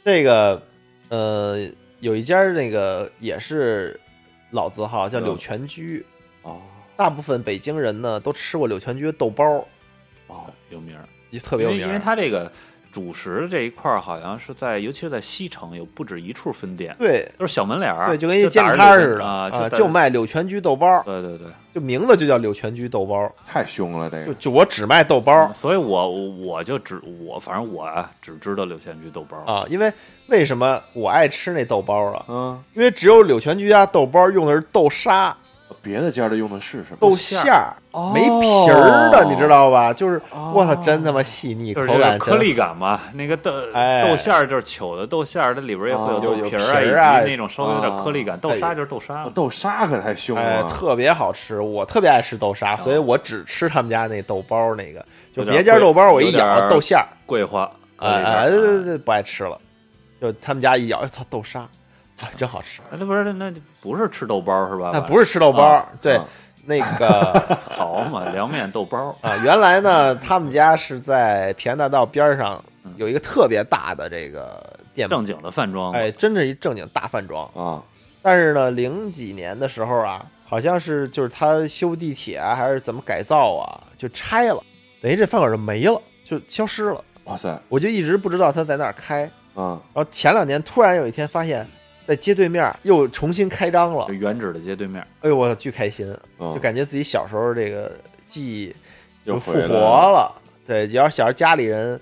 这个呃，有一家那个也是老字号，叫柳泉居。
哦
大部分北京人呢都吃过柳泉居的豆包儿，
哦
有名儿，
也特别有
因为
名
因为
儿。
它这个主食这一块儿好像是在，尤其是在西城有不止一处分店，
对
都是小门脸儿，
对，就跟一煎
打
饼
着
摊儿
柳
似的
啊，
啊，
打
就卖柳泉居豆包儿，
对对对。
就名字就叫柳泉居豆包儿，
太凶了这
就
个
就我只卖豆包儿
嗯所以我我我就只我反正我啊只知道柳贤居豆包儿，
啊，因为为什么我爱吃那豆包儿啊？
嗯，
因为只有柳泉居家豆包儿用的是豆沙、
别的家的用的是什么
豆
馅
馅
儿
儿，
哦
没皮儿的，你知道吧？就是
哦
我操，真他妈细腻，
就是
口感
颗
真
粒感嘛。那个豆、
哎
豆馅儿就是糗的豆馅儿，它里边也会
哦
豆
有有
皮
皮儿啊
以及那种稍微有点颗粒感。豆沙就是豆沙
哦
嘛，
豆沙可太凶
哎，
啊
了，
特别好吃，我特别爱吃豆沙，所以我只吃他们家那豆包儿那个，就
有点
别家
贵
豆包儿我一
有点
咬
儿
豆馅儿，
桂花颗
哎
粒感。
哎，对对
啊
对，不爱吃了。就他们家一咬，哎操，豆沙，哎，真好吃。
那不是那就不是吃豆包儿是啊吧？
那不是吃豆包儿，对
啊，
那个
好嘛，凉面豆包 儿。
啊，原来呢，他们家是在平安大道边儿上有一个特别大的这个店铺，
嗯正经的饭庄嘛，
哎，真是一正经大饭庄。
啊
但是呢，零几年的时候啊，好像是就是他修地铁啊，还是怎么改造啊，就拆了，等于这饭馆就没了，就消失了。
哇塞
我就一直不知道他在哪儿开，然
啊
后前两年突然有一天发现，在街对面又重新开张了
就，原址的街对面。
哎呦我巨开心，
嗯
就感觉自己小时候这个记忆
又
复
回来
活
了
了。对，要是小时候家里人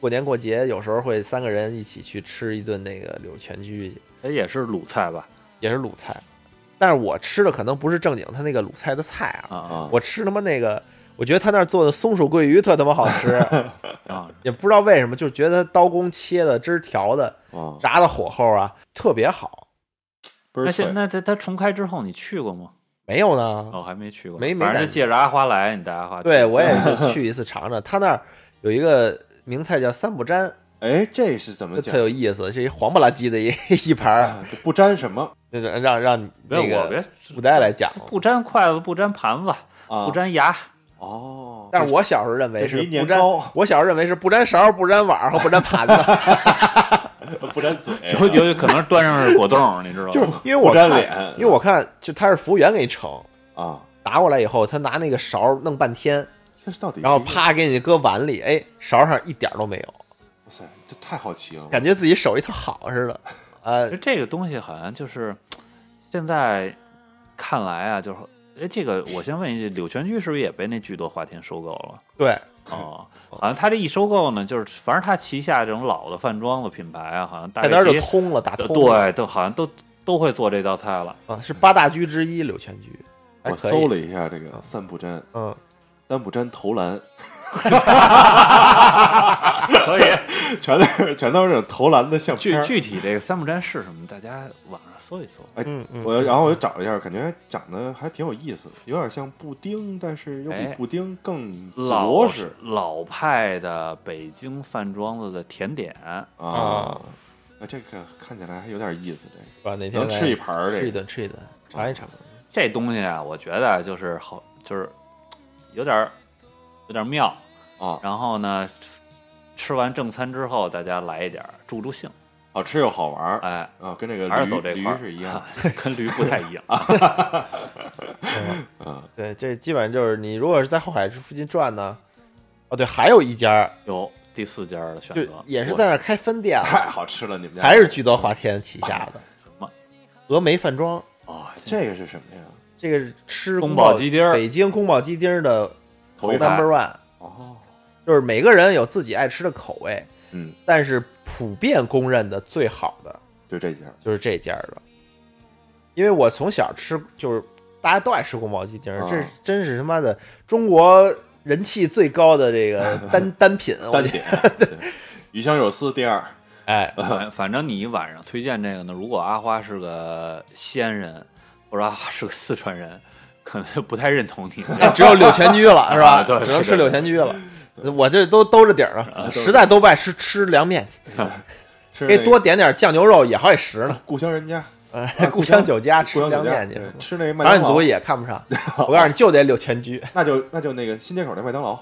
过年过节，有时候会三个人一起去吃一顿那个柳泉居去。
它也是鲁菜吧？
也是鲁菜，但是我吃的可能不是正经他那个鲁菜的菜啊，
啊
啊
我吃他妈那个，我觉得他那儿做的松鼠桂鱼特他妈 好吃，
啊！
也不知道为什么，就是觉得他刀工切的、汁儿调的、
啊，
炸的火候啊特别好。
不
那
是
现那它它重开之后你去过吗？
没有呢，
哦，还没去过。
没没
反正
敢
就借着阿花来，你带阿花去。
对我也
啊
是去一次尝尝，他那儿有一个名菜叫三不沾，
哎这是怎么
这
讲
特？有意思，是一黄不拉几的一 一 盘儿，
啊这不沾什么
就是让让
别
那
我
个
别
古代来讲，
不粘筷子，不粘盘子，
啊？
不粘牙，
哦，
但是我小时候认为
这是一
不
年
沾
糕，
我小时候认为是不沾勺、不沾碗和不沾盘 子，
不沾 嘴，
有有有可能端上是果冻，你知道吗？
哎就是因为我
不沾
看
脸
因为我看就他是服务员给你盛，
啊，
拿过来以后，他拿那个勺弄半天，
这是到底是一个？
然后啪给你搁碗里，哎，勺上一点儿都没有，
哇塞，这太好奇了，
感觉自己手艺特好 似的。呃
就，这个东西好像就是现在看来啊，就是哎，这个我先问一句，柳泉居是不是也被那巨多花田收购 了？
对，
哦，好像他这一收购呢，就是反正他旗下这种老的饭庄的品牌啊，好像大
菜单
概
就
其
通了，
呃
打通了。
对，都好像都都会做这道菜了。
啊，是八大居之一柳泉居，还
我
可以
搜，了一下这个三不沾，
嗯，
三不沾投 篮，
可以，
全都是全都是投篮的相
具
片。
具体这个三不沾是什么，大家网上搜一搜。
哎
嗯嗯
我然后我就找了一下，感觉还长得还挺有意思，有点像布丁，但是又比
哎
布丁更
老
着实
老派的北京饭庄子的甜点，
啊。那这个看起来还有点意思，
是吧？哪
这个能
天来
吃一盘儿
吃
这
一
个
顿，吃一顿，尝一尝。
这东西啊，我觉得就是好，就是有点儿有点儿妙。
啊，
然后呢，吃完正餐之后，大家来一点儿助助兴，
好吃又好玩儿
哎，
啊，跟这个
还是
驴
走这
驴
块儿
是一样 的，
跟驴不太一 样。
嗯
嗯，
对，这基本上就是你如果是在后海附近转呢，哦对，还有一家
有第四家的选
就
择，
也是在那儿开分店了，
太好吃了，你们家
还是聚德华天旗下的
么
峨眉饭庄，
哦，
这个是什么呀？
这个是吃
宫
保
保鸡丁儿
北京宫保鸡丁儿的
头一排
number one，
哦，
就是每个人有自己爱吃的口味，
嗯，
但是普遍公认的最好的
就这家，
就是这家的，因为我从小吃就是大家都爱吃宫保鸡丁儿，
啊
这真是他妈的中国人气最高的这个 单单品，我
单
觉得
点，对鱼香肉丝第二，
哎，
反反正你一晚上推荐这个呢，如果阿花是个西安人，或者阿花是个四川人，可能就不太认同你。
那只有柳泉居了，是吧？
啊对对
只能吃
对
柳泉居了。呃我这都兜着底儿
啊
呢，实在兜不爱吃吃凉面去，
吃
给
那
多点点酱牛肉也好几十 呢。
故乡人家，
哎故乡酒家吃
啊 故乡
凉
酒家
面去，
对吃那个麦
朝
当
鲜
劳
族，也看不 上。我告诉你，就得柳泉居
那就那就那个新街口那麦当劳啊，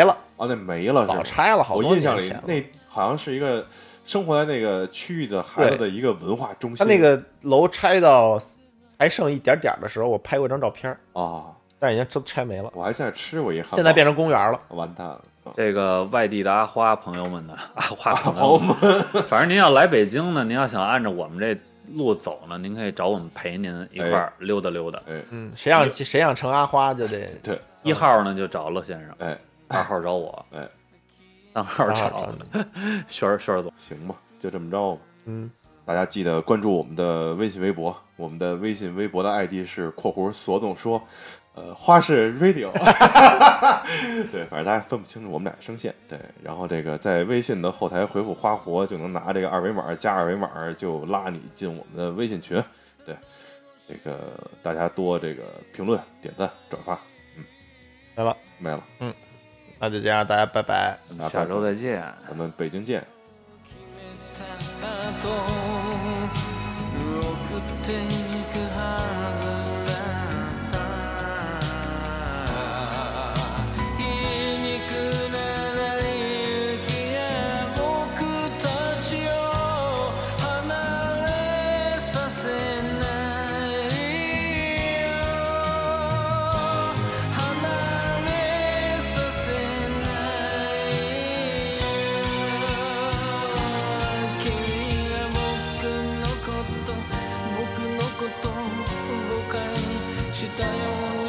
了，
那没了是
早
吧？
拆了，好
我
多
印
年
象里
前了。
那好像是一个生活在那个区域的孩子
对
的一个文化中
他
心。
那个楼拆到还剩一点点儿的时候，我拍过一张照片儿，
啊，
但已经都拆没了，
我还在吃过一汉堡，
现在变成公园了。
完蛋 了。啊
这个外地的阿花朋友们呢，阿花朋
朋友
友
们
们，反正您要来北京呢，您要想按照我们这路走呢，您可以找我们陪您一块儿溜达溜达。
哎
嗯，谁想谁想成阿花就得
对，
一号呢就找乐先生，
哎
二号找我，
哎，
三号
好
找轩儿轩儿总。
行吧，就这么着吧。
嗯，
大家记得关注我们的微信微博，我们的微信微博的 ID 是（括弧索总说），呃，花式 radio。对，反正大家分不清楚我们俩声线。对，然后这个在微信的后台回复“花活”，就能拿这个二维码加二维码，就拉你进我们的微信群。对，这个大家多这个评论、点赞、转发，
没了，
没了，
那就这样，大家拜拜。
我
啊
们下周再见。
咱们北京见。
「決めた後送っていくはずだった」「皮肉な成り行きが僕たちを離れさせないよ」「離れさせないよ」「君は僕のこと僕のこと誤解したよう